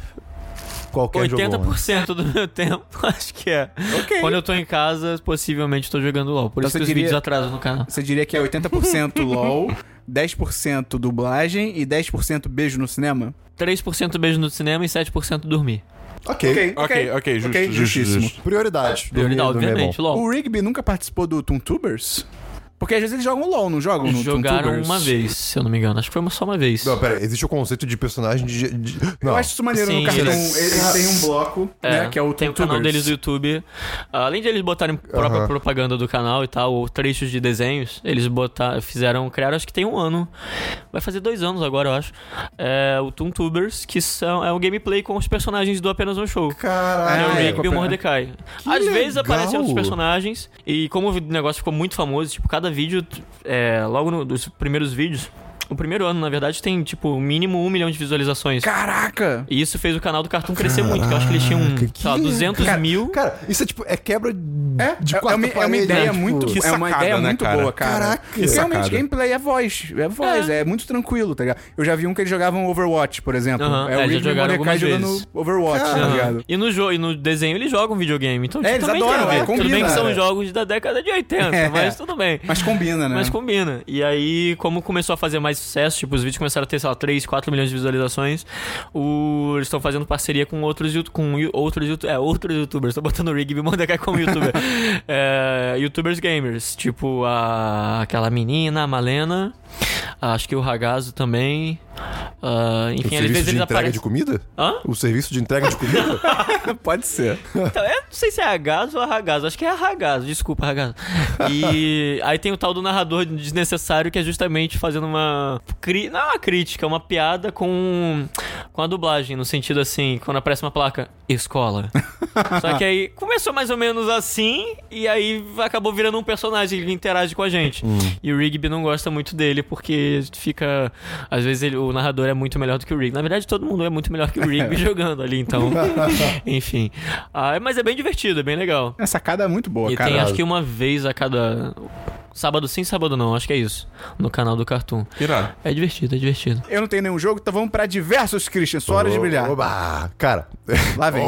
Qualquer jogo. 80% do meu tempo, acho que é. Ok. Quando eu tô em casa, possivelmente tô jogando LOL. Por Então isso você que os diria- vídeos atrasam no canal. Você diria que é 80% LOL, 10% dublagem e 10% beijo no cinema? 3% beijo no cinema e 7% dormir. Ok. Ok, ok, justo, Ok, justo, justíssimo. justo. Prioridade. Dormir- Prioridade, dormir é bom. obviamente, LOL. O Rigby nunca participou do Toontubers? Porque às vezes eles jogam LOL, não jogam no Jogaram Toontubers? uma vez, se eu não me engano. Acho que foi uma- só uma vez. Não, pera, existe o conceito de personagem de. de- Eu Não. acho isso maneiro Sim, no cartão. eles- Eles... têm um bloco, né? Que é o tem o Toontubers. canal deles do YouTube. Além de eles botarem própria Aham. propaganda do canal e tal, ou trechos de desenhos, eles botaram, fizeram, criaram, acho que tem um ano. Vai fazer dois anos agora, eu acho. É, o Toontubers, que são, é um gameplay com os personagens do Apenas um Show. É Caralho. o é, Rigby e o com- Mordecai. Às vezes legal! aparecem outros personagens. E como o negócio ficou muito famoso, tipo, cada vídeo, é, logo no- nos primeiros vídeos, o primeiro ano, na verdade, tem, tipo, mínimo um milhão de visualizações. Caraca! E isso fez o canal do Cartoon crescer muito, que eu acho que eles tinham, sei lá, 200 mil. Cara, isso é tipo, é quebra de É, é- é quarta uma, é uma parede, ideia né? Tipo, muito, Que é uma sacada, ideia né, muito cara? boa, cara. Caraca. E realmente, sacada. gameplay é voz, é voz, é. muito tranquilo, tá ligado? Eu já vi um que eles jogavam Overwatch, por exemplo. Aham, é é, o já Rigby e o jogaram Mordecai algumas jogando vezes. Overwatch, tá Aham. ligado? E no jogo e no desenho eles jogam videogame, então É, tipo, eles também adoram, tem a é, ver. tudo combina, bem que são é. jogos da década de 80, É. mas tudo bem. Mas combina, né? Mas combina. E aí, como começou a fazer mais sucesso, tipo, os vídeos começaram a ter, sei lá, 3, 4 milhões de visualizações, o- eles estão fazendo parceria com outros, yout- com yo- outros, yout- é, outros youtubers. Tô botando o Rigby Mordecai como youtuber. É, youtubers gamers. Tipo, a, aquela menina, a Malena. Acho que o Ragazo também. Ah, O enfim, às serviço vezes de eles entrega aparecem. de comida? Hã? O serviço de entrega de comida? Pode ser. Então, eu não sei se é Ragazo ou Ragazo. Acho que é Ragazo. Desculpa, Ragazo. E aí tem o tal do narrador desnecessário que é justamente fazendo uma... Cri... Não é uma crítica, é uma piada com... com a dublagem. No sentido assim, quando aparece uma placa, escola. Só que aí começou mais ou menos assim e aí acabou virando um personagem que interage com a gente. E o Rigby não gosta muito dele porque fica... Às vezes ele- o narrador é muito melhor do que o Rigby. Na verdade, todo mundo é muito melhor que o Rigby jogando ali, então... Enfim. Ah, mas é bem divertido, é bem legal. Essa sacada é muito boa, e cara. tem acho que uma vez a cada. Sábado sim, sábado não, acho que é isso. No canal do Cartoon. Irado. É divertido, é divertido. Eu não tenho nenhum jogo, então vamos pra diversos, Christian. Só hora de brilhar. Oba! Cara, Lá vem.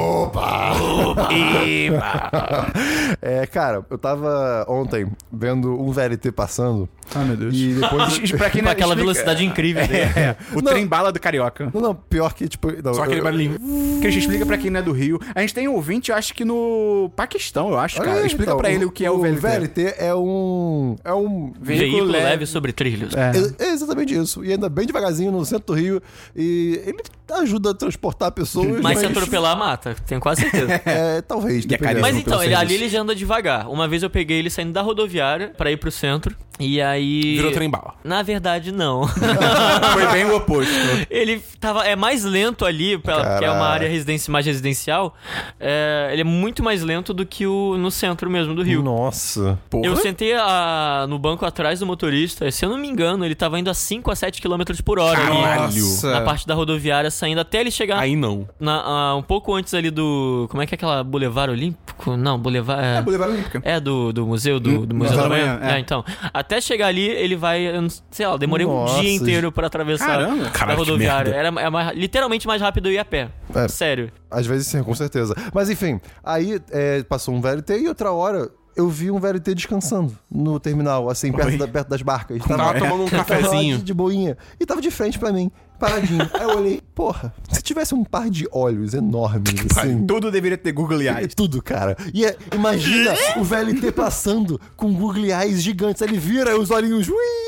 é, cara, eu tava ontem vendo um VLT passando Ah, meu Deus. e depois. E pra quem Com não Tipo aquela explica- velocidade incrível dele. É, o trem bala do carioca. Não, não, pior que, tipo. Não, Só aquele eu- barulhinho. Christian, explica pra quem não é do Rio. A gente tem um ouvinte, eu acho que no Paquistão, eu acho, Olha cara. aí, Explica então, pra ele o que é o VLT. VLT é um. É um. Veículo leve, sobre trilhos. É. É é exatamente isso. E anda bem devagarzinho no centro do Rio. E ele ajuda a transportar pessoas. Mas se atropelar, mata. Tenho quase certeza. É, talvez. é dependendo. caríssimo. Mas não então, tenho ele, ali serviço. ele já anda devagar. Uma vez eu peguei ele saindo da rodoviária pra ir pro centro. E aí. Virou trem bala. Na verdade, não. Foi bem o oposto. Ele tava. É mais lento ali, pela, que é Caraca. uma área residência, mais residencial. É, ele é muito mais lento do que o no centro mesmo do Rio. Nossa. Porra. Eu sentei a- no banco atrás do motorista, e se eu não me engano, ele tava indo a 5 a 7 km por hora ali. Na Nossa. parte da rodoviária, saindo até ele chegar Aí não. na- ah, um pouco antes ali do. Como é que é aquela? Boulevard Olímpico? Não, Boulevard. É, Boulevard Olímpica. é do, do museu Hum, do, do museu da da manhã. manhã, é. É, então. Até chegar ali, ele vai, eu não sei lá, eu demorei Nossa, um dia inteiro pra atravessar Caramba. a Caralho, que rodoviária. merda. Era é mais- literalmente mais rápido eu ir a pé. É. Sério. Às vezes sim, com certeza. Mas enfim, aí é, passou um VLT e outra hora eu vi um VLT descansando no terminal, assim, perto, da- perto das barcas. Tava tomando um cafezinho. de, de boinha. E tava de frente pra mim, paradinho. aí eu olhei, porra, se tivesse um par de olhos enormes, assim. Tudo deveria ter Google É Eyes. tudo, cara. E é- imagina o VLT passando com Google Eyes gigantes. Aí Ele vira e os olhinhos. ui!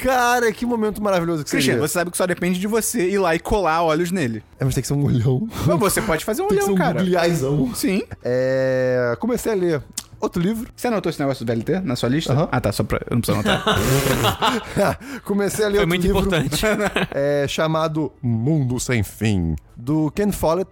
cara, que momento maravilhoso que Christian, seria. você sabe que só depende de você ir lá e colar olhos nele. É, mas tem que ser um olhão. Mas você pode fazer um Tem que ser olhão, um cara. Google Eyesão. Sim. É, comecei a ler outro livro. Você anotou esse negócio do VLT na sua lista? Aham. Ah, tá. Só pra... Eu não preciso anotar. comecei a ler Foi outro muito livro importante. é, chamado Mundo Sem Fim, do Ken Follett.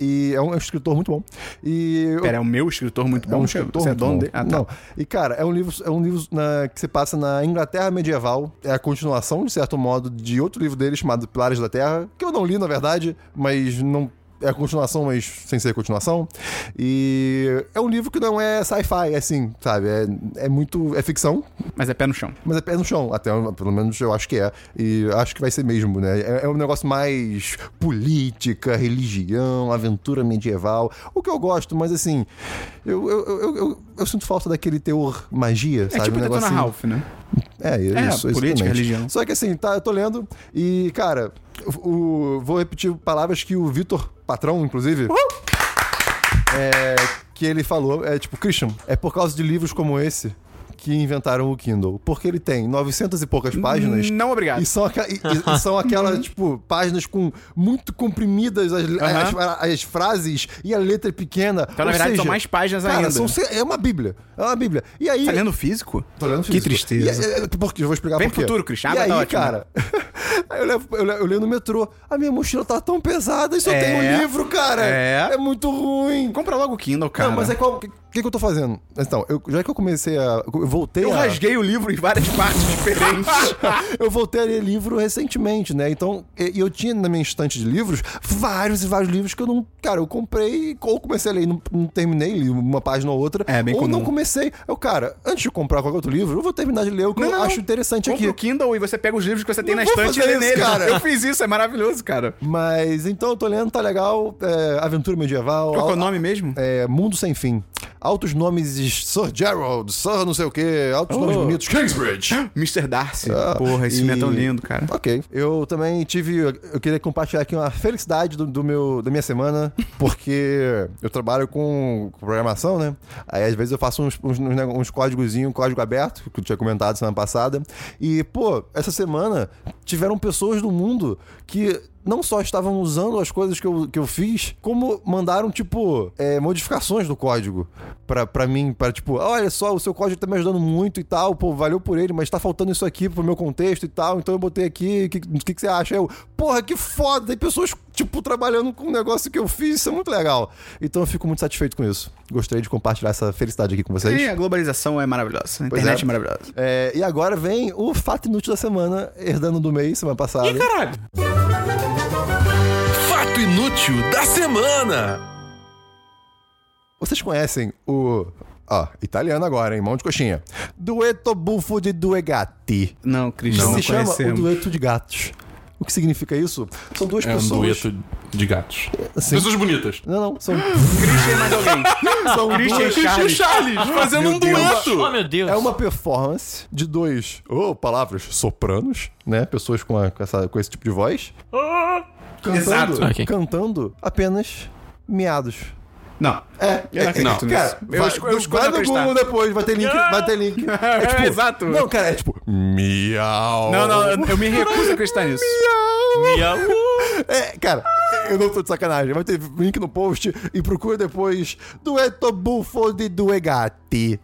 E é um escritor muito bom. E Pera, é o meu escritor muito bom. é um escritor você é muito dono bom. dele? Ah, tá. Não. E, cara, é um livro, é um livro na- que se passa na Inglaterra medieval. É a continuação, de certo modo, de outro livro dele chamado Pilares da Terra, que eu não li, na verdade, mas não. é a continuação, mas sem ser a continuação. E é um livro que não é sci-fi, é assim, sabe? É, é muito. É ficção, Mas é pé no chão. mas é pé no chão, até pelo menos eu acho que é. E acho que vai ser mesmo, né? É, é um negócio mais política, religião, aventura medieval. O que eu gosto, mas assim, eu, eu, eu, eu, eu- eu sinto falta daquele teor magia, É sabe? tipo um Detona negocinho- Ralph, né? É, isso. isso, política, exatamente. religião. Só que assim, tá, eu tô lendo e, cara, o, o- vou repetir palavras que o Vitor Patrão, inclusive. é, que ele falou, é tipo, Christian, é por causa de livros como esse que inventaram o Kindle. Porque ele tem 900 e poucas páginas. Não, obrigado. E são, aqua- e- e- e são aquelas, tipo, páginas com muito comprimidas as, as- as frases e a letra é pequena. Então, na Ou verdade, seja, são mais páginas cara, ainda. são ce- é uma bíblia. É uma bíblia. E aí... Tá lendo físico? Tô olhando Que físico. tristeza. E, é, é, por quê? Eu vou explicar Vem por quê. pro futuro, Christian. E Ah, aí, tá ótimo. cara... aí eu levo, eu, levo- eu leio no metrô. A minha mochila tá tão pesada e só É. tem um livro, cara. É. É muito ruim. Compra logo o Kindle, cara. Não, mas é qual... O que, que que eu tô fazendo? Então, eu- já que eu comecei a... Eu voltei Eu a... rasguei o livro em várias partes diferentes. eu voltei a ler livro recentemente, né? Então, e- e eu tinha na minha estante de livros vários e vários livros que eu não. Cara, eu comprei ou comecei a ler e não, não terminei, li uma página ou outra. É, bem ou não comum. comecei. Eu, cara, antes de comprar qualquer outro livro, eu vou terminar de ler o que Não, eu não, não. acho interessante Compra o aqui. Kindle e você pega os livros que você tem Não na vou estante e fazer lê isso, neles. cara. Eu fiz isso, é maravilhoso, cara. Mas então eu tô lendo, tá legal. é, aventura medieval. Qual que é o al- nome mesmo? É, Mundo Sem Fim. Altos nomes de Sir Gerald, Sir não sei o quê, altos nomes bonitos. Kingsbridge. Mr. Darcy. Ah, Oh, Porra, esse e- filme é tão lindo, cara. Ok. Eu também tive. Eu queria compartilhar aqui uma felicidade do, do meu, da minha semana, porque eu trabalho com programação, né? Aí às vezes eu faço uns, uns, uns, nego- uns códigozinho, um código aberto, que eu tinha comentado semana passada. E, pô, essa semana tiveram pessoas do mundo que. Não só estavam usando as coisas que eu, que eu fiz, como mandaram, tipo, é, modificações do código pra, pra mim, pra tipo, olha só, o seu código tá me ajudando muito e tal, pô, valeu por ele, mas tá faltando isso aqui pro meu contexto e tal, então eu botei aqui, o que, que, que você acha? Eu, porra, que foda, tem pessoas, tipo, trabalhando com um negócio que eu fiz, isso é muito legal. Então eu fico muito satisfeito com isso. Gostaria de compartilhar essa felicidade aqui com vocês. E a globalização é maravilhosa. A Pois internet é, é. maravilhosa. É, e agora vem o fato inútil da semana, herdando do mês, semana passada. Ih, caralho! Fato inútil da semana! Vocês conhecem o. Ó, italiano agora, hein? Mão de coxinha. Dueto buffo de due gatti. Não, Que Cristian, não, se chama o conhecemos. dueto de gatos. O que significa isso? São duas É um pessoas. dueto de gatos. Assim. Pessoas bonitas. Não, não, são. Christian e mais alguém. são Christian duas- e Charles. Ah, Charles fazendo um Oh, dueto! meu Deus. É uma performance de dois, ou palavras, sopranos, né? Pessoas com, a- com essa, com esse tipo de voz. Cantando, Exato. Ok. cantando apenas miados. Não. É, Eu não acredito nisso. Cara, Eu vai, esco- eu escolho vai no acreditar. Google depois, vai ter link, vai ter link. É tipo, Exato. Não, cara, é tipo, miau. Não, não, eu- eu me recuso a acreditar nisso. Miau. É, cara, eu não tô de sacanagem. Vai ter link no post e procura depois Dueto Buffo de Due Gatti.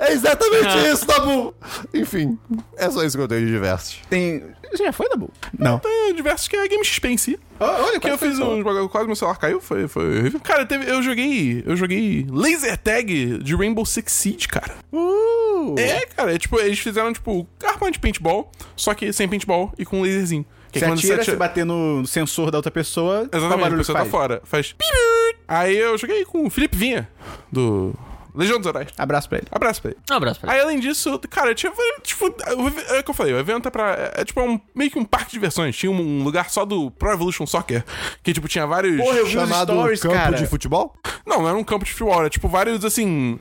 É exatamente isso, Tabu! Enfim, é só isso que eu tenho de diversos. Tem. Já foi, Dabu? Não. Tem diversos que é Game XP em si. Olha Que eu fiz um bagulho, quase meu celular caiu, foi, foi horrível. Cara, teve, eu joguei. Eu joguei laser tag de Rainbow Six Siege, cara. Uh! É, cara, é tipo, eles fizeram, tipo, arma de paintball, só que sem paintball e com laserzinho. Que é Você quando atira, se atira- bater no sensor da outra pessoa, qual Exatamente, a barulho pessoa que tá faz? fora. Faz. pirut. Aí eu joguei com o Felipe Vinha, do Legião dos Heróis. Abraço pra ele. Abraço pra ele. Um abraço pra ele. Aí, além disso, cara, tinha vários- tipo, o ev- é o que eu falei, o evento é pra. É, é tipo um, meio que um parque de diversões. Tinha um lugar só do Pro Evolution Soccer, que, tipo, tinha vários. Porra, eu vi os Chamado stories, Campo cara. de Futebol? Não, não era um campo de futebol, era tipo vários, assim,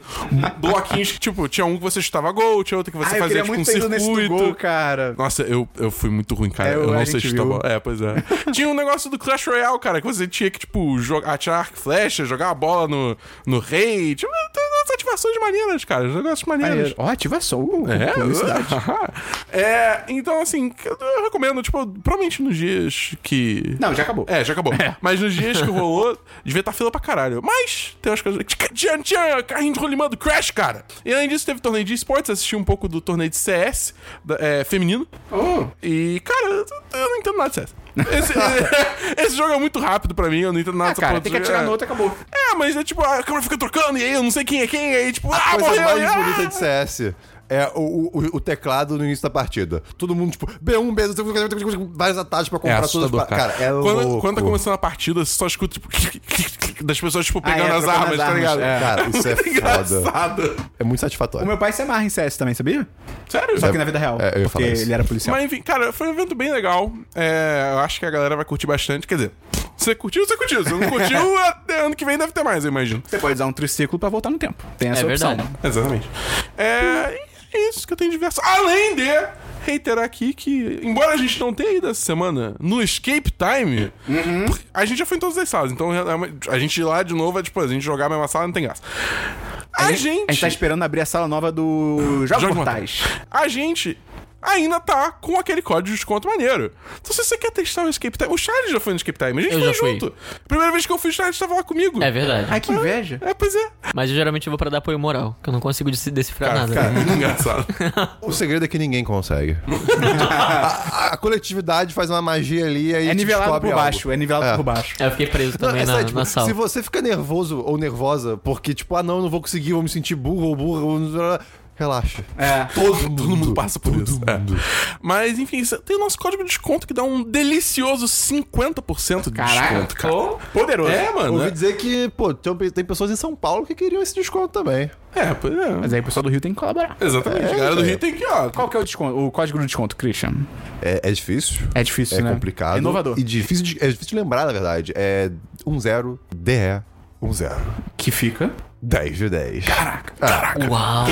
bloquinhos que, tipo, tinha um que você chutava gol, tinha outro que você Ah, eu queria fazia, tipo, um muito ter ido nesse do circuito. gol, cara. Nossa, eu, eu fui muito ruim, cara. É, eu a não gente sei chutar viu. bola. É, pois é. Tinha um negócio do Clash Royale, cara, que você tinha que, tipo, jogar, atirar arco e flecha, jogar a bola no, no rei. Tipo, tem umas ativações maneiras, cara. uns Negócios maneiros. Ó, ativa som. É, Publicidade. é, então assim, eu, eu recomendo, tipo, provavelmente nos dias que. Não, já acabou. É, já acabou. Mas nos dias que rolou, devia estar fila pra caralho. Mas tem umas coisas. Tinha, tinha carrinho de rolimã do Crash, cara. E além disso, teve torneio de esportes, assisti um pouco do torneio de CS da- é, feminino. Oh. E, cara, eu, eu não entendo nada de CS. Esse, esse jogo é muito rápido pra mim, eu não entendo nada Ah, dessa cara, porra tem de que jogo. atirar É. no outro e acabou. É, É, mas é tipo, a câmera fica trocando, e aí eu não sei quem é quem, e aí tipo, A ah, coisa morreu! mais e, ah! bonita de CS é o, o- o- o teclado no início da partida. Todo mundo, tipo, B1, B2, vários atalhos pra É comprar todas as pa- assustador, cara. Cara, é quando, louco. quando tá começando a partida, você só escuta, tipo, clic, clic, clic, das pessoas, tipo, Ah, é, pegando as trocando armas, as tá armas, ligado? é. Cara, isso é foda. Engraçado. É muito O satisfatório. meu pai se amarra em CS também, sabia? Sério? Só que na vida real. É, eu porque ia falar isso. ele era policial. Mas enfim, cara, foi um evento bem legal. É, eu acho que a galera vai curtir bastante. Quer dizer, você curtiu, você curtiu. Se não curtiu, até ano que vem deve ter mais, eu imagino. Você pode usar um triciclo pra voltar no tempo. Tem essa É opção. verdade. Exatamente. É, e é isso que eu tenho de diversão. Além de reiterar aqui que, embora a gente não tenha ido essa semana no Escape Time, a gente já foi em todas as salas. Então a gente ir lá de novo é tipo, a gente jogar a mesma sala não tem graça. A, gente. A gente tá esperando abrir a sala nova do Jogos Jogos Mortais. Mortais. A gente ainda tá com aquele código de desconto maneiro. Então, se você quer testar o Escape Time, o Charles já foi no Escape Time, a gente Eu foi já fui. junto. Primeira vez que eu fui, o Charles tava lá comigo. É verdade. Ai, que inveja. É, pois é. Mas eu geralmente vou pra dar apoio moral, que eu não consigo des- decifrar nada. Cara, muito engraçado. O segredo é que ninguém consegue. a, a- a coletividade faz uma magia ali e aí É te nivelado descobre por algo. baixo, é nivelado É. por baixo. Eu fiquei preso Não, também é na, sério, tipo, na sala. Se você fica nervoso ou nervosa porque, tipo, ah, não, eu não vou conseguir, vou me sentir burro ou burro, ou- relaxa. É. Todo mundo, Todo mundo passa por isso. é. Mas, enfim, cê- tem o nosso código de desconto que dá um delicioso 50% de Caraca. desconto, cara. Poderoso. É, mano. Ouvi É, dizer que, pô, tem, tem pessoas em São Paulo que queriam esse desconto também. é, pois é. Mas aí o pessoal do Rio tem que colaborar. Exatamente. a galera do é. Rio tem que, ó. Qual que é o desconto? O código do desconto, Christian? É, é difícil. É difícil, É né? complicado. É inovador. E difícil de, é difícil de lembrar, na verdade. É 10DE10. Que fica. 10 de 10. Uau!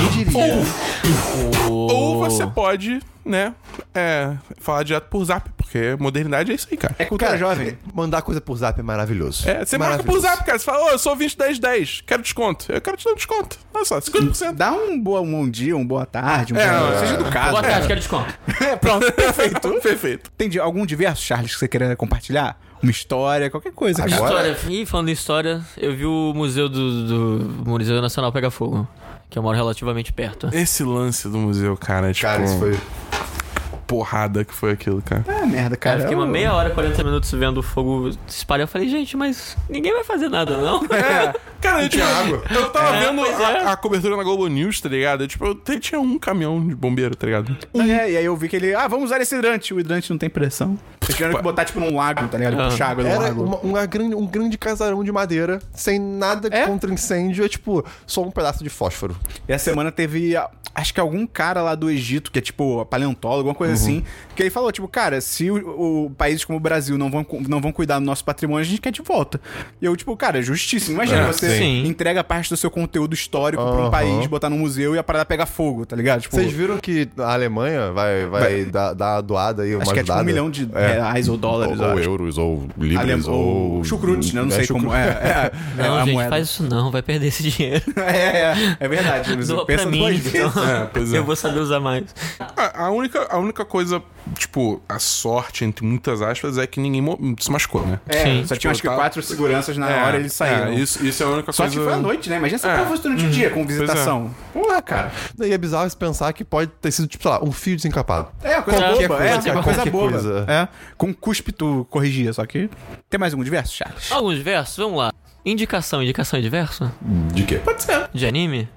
Ou você pode, né, é, falar direto por zap, porque modernidade é isso aí, cara. É cultura Cara, jovem. Mandar coisa por zap é maravilhoso. É, você marca por Maravilhoso. zap, cara. Você fala, ô, eu sou 201010, quero desconto. Eu quero te dar um desconto. Olha só, 50%. Dá um, boa, um bom dia, um boa tarde, um É, bom- é. Seja educado. Boa tarde, quero desconto. Pronto, perfeito. perfeito. Tem de- algum diverso, Charles, que você queira compartilhar? Uma história, qualquer coisa. cara. Agora- História, ih, falando em história, eu vi o museu do, do Museu Nacional Pega Fogo, que eu moro relativamente perto. Esse lance do museu, cara, é tipo, Cara, isso foi. porrada que foi aquilo, cara. Ah, merda, cara. eu fiquei uma Eu- meia hora, 40 minutos vendo o fogo se espalhar. Eu falei, gente, mas ninguém vai fazer nada, não? É, Cara, eu, tipo, água. eu tava É, vendo pois a, é. a cobertura na Globo News, tá ligado? Eu, tipo, eu te- tinha um caminhão de bombeiro, tá ligado? É, e aí eu vi que ele. Ah, vamos usar esse hidrante. O hidrante não tem pressão. Vocês tiveram que botar, tipo, num lago, tá ligado? Ah. Puxar água do Era lago. É, uma- uma grande- um grande casarão de madeira, sem nada É? contra incêndio, é tipo, só um pedaço de fósforo. E a semana teve. ah, Acho que algum cara lá do Egito, que é tipo paleontólogo, alguma coisa assim, que ele falou, tipo, cara, se o, o- países como o Brasil não vão, cu- não vão cuidar do nosso patrimônio, a gente quer de volta. E eu, tipo, cara, justíssimo. Imagina, É, você sim. entrega parte do seu conteúdo histórico pra um Aham. país, botar num museu e a parada pega fogo, tá ligado? Tipo, Vocês viram que a Alemanha vai, vai dar, dar uma doada aí, uma acho que é tipo um ajudada? milhão de reais ou dólares, eu ou acho. euros, ou libras, Alem- ou ou... chucrutes, né? Eu Não sei como. É, é, é, Não, a gente, moeda. faz isso não, vai perder esse dinheiro. É, é, é verdade. Doa pra Pensa mim, duas então. vezes. É, pois é. Eu vou saber usar mais. A, a única, a única coisa, tipo, a sorte, entre muitas aspas, é que ninguém mo- se machucou, né? É, Sim. só tinha acho que Tipo, tá- quatro seguranças na É, hora eles saíram. é, isso, isso é a única Só coisa. que foi à noite, né? Imagina se É. é. fosse durante o dia com é. visitação. Porra, cara. E é bizarro se pensar que pode ter sido, tipo, sei lá, um fio desencapado. É, coisa Qualquer boba. coisa, É, qualquer coisa, boba. coisa. É. Com cuspe tu corrigia, só que... Tem mais um diverso, Charles? Alguns versos, vamos lá. Indicação, indicação de verso? De quê? Pode ser. Hum. De anime?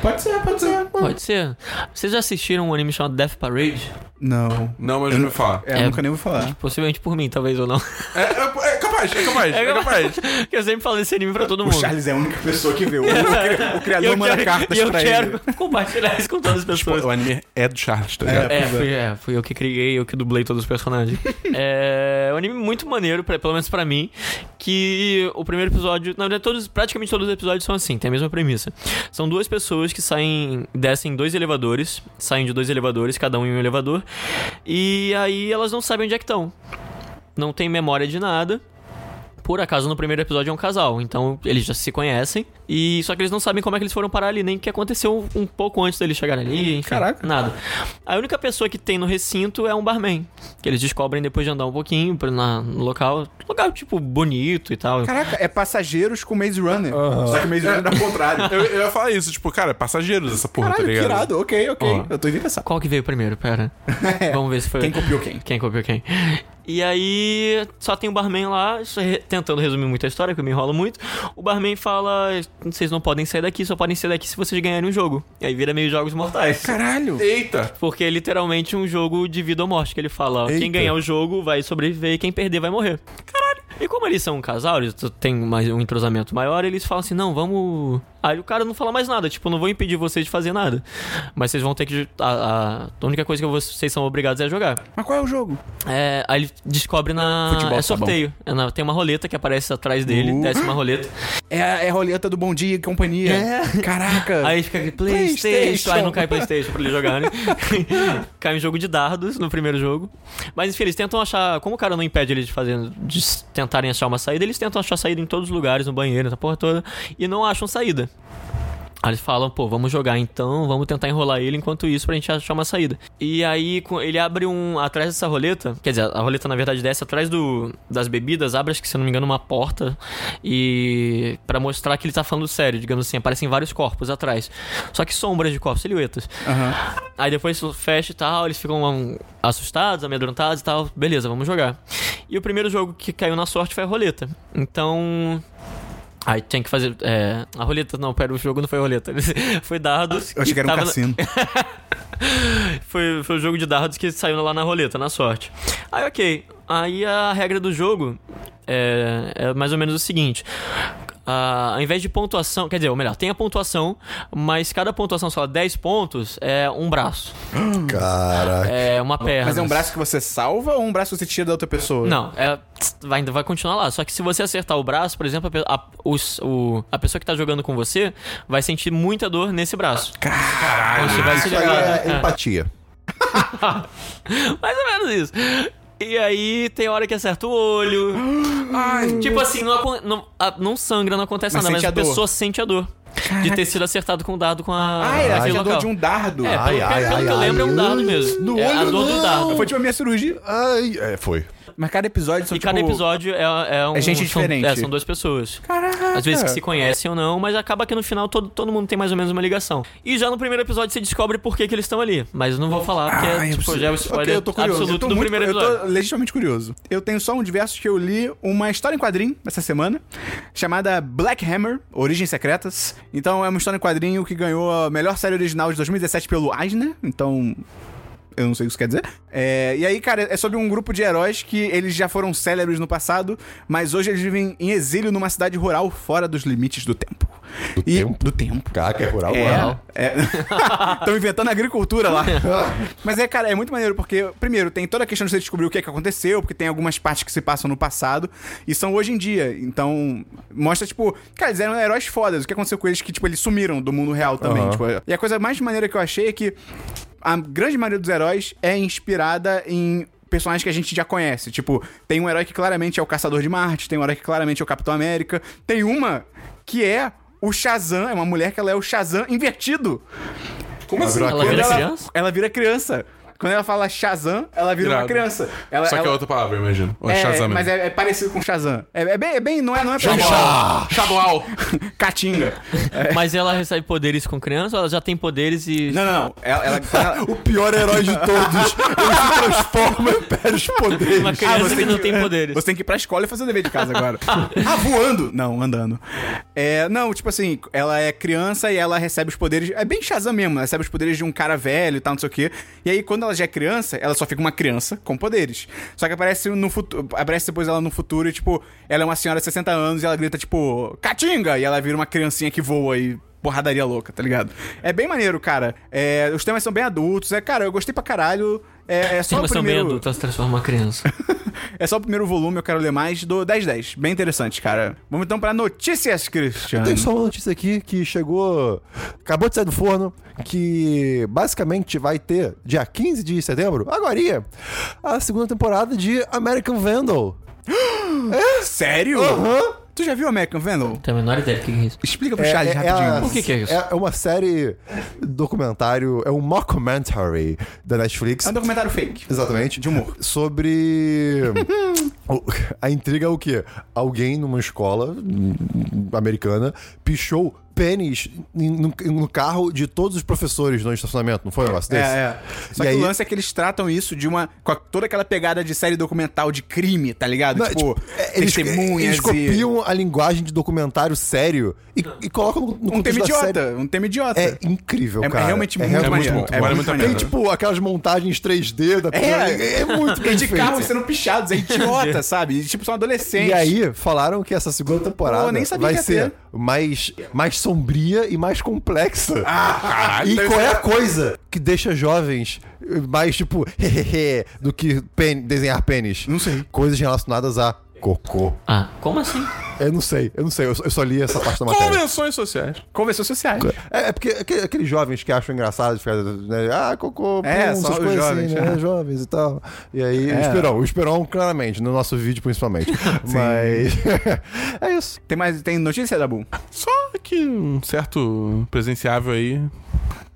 Pode ser, pode ser. Pode ser. Vocês já assistiram um anime chamado Death Parade? Não. Não, mas eu não me falar. É, É. nunca nem vou falar. Possivelmente por mim, talvez ou não. É, é- é capaz, é capaz, é capaz. Porque eu sempre falo desse anime pra todo O mundo. Charles é a única pessoa que vê. O, o E criador eu manda quero, cartas e eu pra quero ele. Tipo, compartilhar isso com todas as pessoas. O anime é do Charles, tá ligado? É, fui, é, fui eu que criei, eu que dublei todos os personagens. é um anime muito maneiro, pra- pelo menos pra mim, que o primeiro episódio, na verdade, todos, praticamente todos os episódios são assim, tem a mesma premissa. São duas pessoas que saem, descem em dois elevadores, saem de dois elevadores, cada um em um elevador, e aí elas não sabem onde é que estão. Não tem memória de nada. Por acaso, no primeiro episódio é um casal, então eles já se conhecem. E só que eles não sabem como é que eles foram parar ali, nem o que aconteceu um pouco antes deles chegarem ali, enfim, Caraca. nada. A única pessoa que tem no recinto é um barman, que eles descobrem depois de andar um pouquinho pra- na, no local. Local, tipo, bonito e tal. Caraca, é passageiros com Maze Runner. Só que Maze Runner é ao contrário. Eu, eu ia falar isso, tipo, cara, passageiros essa porra, Caralho, tá que ligado? irado. Ok, ok. Ó. Eu tô interessado. Qual que veio primeiro? Pera. Vamos ver se foi. Quem copiou quem? Quem copiou quem? E aí só tem o barman lá, isso é- tentando resumir muito a história, que eu me enrolo muito. O barman fala: vocês não podem sair daqui, só podem sair daqui se vocês ganharem o jogo. E aí vira meio jogos mortais. Caralho! Eita! Porque é literalmente um jogo de vida ou morte, que ele fala: ó, Eita. quem ganhar o jogo vai sobreviver e quem perder vai morrer. Caralho! E como eles são um casal, eles t- têm mais um entrosamento maior, eles falam assim: não, vamos. Aí o cara não fala mais nada, tipo, não vou impedir vocês de fazer nada. Mas vocês vão ter que. ju- A, a- a única coisa que vocês são obrigados é a jogar. Mas qual é o jogo? É, aí ele descobre na. Futebol, é tá sorteio. É na- tem uma roleta que aparece atrás dele, Uh. desce uma roleta. É a, é a roleta do Bom Dia e Companhia. É. Caraca. Aí fica aqui, PlayStation. PlayStation. Aí não cai PlayStation pra ele jogar, né? cai um jogo de dardos no primeiro jogo. Mas enfim, eles tentam achar. Como o cara não impede eles de fazer. de s- tentarem achar uma saída, eles tentam achar saída em todos os lugares, no banheiro, essa porra toda. E não acham saída. Aí eles falam, pô, vamos jogar então, vamos tentar enrolar ele enquanto isso pra gente achar uma saída. E aí com- ele abre um. atrás dessa roleta, quer dizer, a roleta na verdade desce atrás do, das bebidas, abre, acho que se eu não me engano, uma porta. E. pra mostrar que ele tá falando sério, digamos assim, aparecem vários corpos atrás. Só que sombras de corpos, silhuetas. Aí depois isso fecha e tal, eles ficam um, assustados, amedrontados e tal. Beleza, vamos jogar. E o primeiro jogo que caiu na sorte foi a roleta. Então. Aí tinha que fazer. é, a roleta, não, pera, o jogo não foi roleta. foi dardos. Eu achei que era um tava na- cassino. foi, foi o jogo de dardos que saiu lá na roleta, na sorte. Aí, ok. Aí a regra do jogo é, é mais ou menos o seguinte. Ah, ao invés de pontuação, quer dizer, ou melhor, tem a pontuação, mas cada pontuação só 10 pontos é um braço, Caraca. é uma perna. Mas é um braço que você salva ou um braço que você tira da outra pessoa? Não, é, tss, vai, ainda vai continuar lá. Só que se você acertar o braço, por exemplo, a, pe- a- os- o- a pessoa que tá jogando com você vai sentir muita dor nesse braço. Caralho, você vai se Isso aí jogar. é, É. empatia. Mais ou menos isso. E aí tem hora que acerta o olho. tipo assim, não, acon- não, a- não sangra, não acontece Mas nada, mas sente a, a dor. pessoa sente a dor. De ter sido acertado com o dado com a. Ah, é, aquele aquele dor local. de um dardo. É, Ah, Ai, pelo, ai, pelo ai, que eu lembro, é um ai. dado mesmo. No é a olho, dor do não! dado. Foi tipo a minha cirurgia. Ai, é, foi. Mas cada episódio são E cada tipo... episódio Assim, é, é um. É gente são, diferente. É, são duas pessoas. Caraca. Às vezes que se conhecem ou não, mas acaba que no final todo, todo mundo tem mais ou menos uma ligação. E já no primeiro episódio você descobre por que, que eles estão ali. Mas não vou falar, porque Ah, é, eu tipo, preciso- já é o Ok, spoiler eu tô curioso. absoluto eu tô do muito- primeiro episódio. Eu tô legitimamente curioso. Eu tenho só um diverso que eu li uma história em quadrinho essa semana, chamada Black Hammer, Origens Secretas. Então é uma história em quadrinho que ganhou a melhor série original de 2017 pelo Eisner. Então, eu não sei o que isso quer dizer. É, e aí, cara, é sobre um grupo de heróis que eles já foram célebres no passado, mas hoje eles vivem em exílio numa cidade rural fora dos limites do tempo. Do tempo? Do tempo. Caraca, é rural. É. uau. Estão inventando agricultura lá. Mas é, cara, é muito maneiro, porque, primeiro, tem toda a questão de você descobrir o que, é que aconteceu, porque tem algumas partes que se passam no passado e são hoje em dia. Então, mostra, tipo, cara, eles eram heróis fodas. O que aconteceu com eles que, tipo, eles sumiram do mundo real também. tipo, e a coisa mais maneira que eu achei é que a grande maioria dos heróis é inspirada em personagens que a gente já conhece. Tipo, tem um herói que claramente é o Caçador de Marte, tem um herói que claramente é o Capitão América, tem uma que é o Shazam, é uma mulher que ela é o Shazam invertido. Como assim? Ela vira ela, criança? ela vira criança. Quando ela fala Shazam, ela vira uma Irado. criança. Ela, Só que é ela- outra palavra, imagino. Ou é, é, Shazam Mas mesmo. é, é parecido com Shazam. É, é bem, é bem- Não é, não é pra- Xablau! Catinga. Mas ela recebe poderes com criança ou ela já tem poderes e. É. Não, não, não. Ela, ela- ela- O pior é herói de todos. Ele se transforma e perde os Uma poderes. criança Ah, você que não que- tem poderes. Você tem que ir pra escola e fazer o dever de casa agora. ah, voando! Não, andando. É, não, tipo assim, ela é criança e ela recebe os poderes. É bem Shazam mesmo, ela recebe os poderes de um cara velho e tal, não sei o quê. E aí, quando ela já é criança, ela só fica uma criança com poderes. Só que aparece no futuro. Aparece depois ela no futuro e, tipo, ela é uma senhora de 60 anos e ela grita, tipo, Catinga! E ela vira uma criancinha que voa e porradaria louca, tá ligado? É bem maneiro, cara. É, os temas são bem adultos. É, cara, eu gostei pra caralho. É, é só o Mas também primeiro. adulta, ela se transforma em uma criança. É só o primeiro volume, eu quero ler mais do 1010. Bem interessante, cara. Vamos então pra notícias, Christian. Tem só uma notícia aqui que chegou. Acabou de sair do forno. Que basicamente vai ter, dia 15 de setembro, agora, a segunda temporada de American Vandal. Sério? Tu já viu American Venom? Tem a menor ideia do que é isso. Explica pro Charles a- rapidinho. Por que que é isso? É, é uma série documentário, é um mockumentary da Netflix. É um documentário fake. Exatamente. De humor. Sobre. o- a intriga é o quê? Alguém numa escola hum, americana pichou pênis em- no, no carro de todos os professores no estacionamento, não foi um negócio desse? É, é. Só E que aí- o lance é que eles tratam isso de uma. com a- toda aquela pegada de série documental de crime, tá ligado? Não, tipo, tipo, é, eles, testemunhas. eles e- copiam a linguagem de documentário sério e, e colocam no, no Um tema contexto da série. idiota. Um tema idiota. É incrível, É- é cara. realmente muito maneiro, é muito Tem, maneiro. tipo, aquelas montagens 3D da Uhum. É. é muito bem E de feito. carros sendo pichados, é idiota, sabe? E, tipo, são adolescentes. E aí, falaram que essa segunda temporada Pô, nem sabia vai que ia ser ter. mais, mais sombria e mais complexa. Ah, caralho. e deve qual é a ser- coisa que deixa jovens mais, tipo, hehehe, do que pen- desenhar pênis? Não sei. Coisas relacionadas a cocô. Ah, como assim? Eu não sei, eu não sei, eu, eu só li essa parte da matéria. Convenções sociais. Convenções sociais. É, é porque aque- aqueles jovens que acham engraçado ficar, né, ah, cocô, pum, É, só essas os coisas jovens, assim, né? é. Jovens e tal. E aí, o Esperão, o Esperão, claramente, no nosso vídeo principalmente. Mas. é isso. Tem mais. Tem notícia da Boom? Só que um certo presenciável aí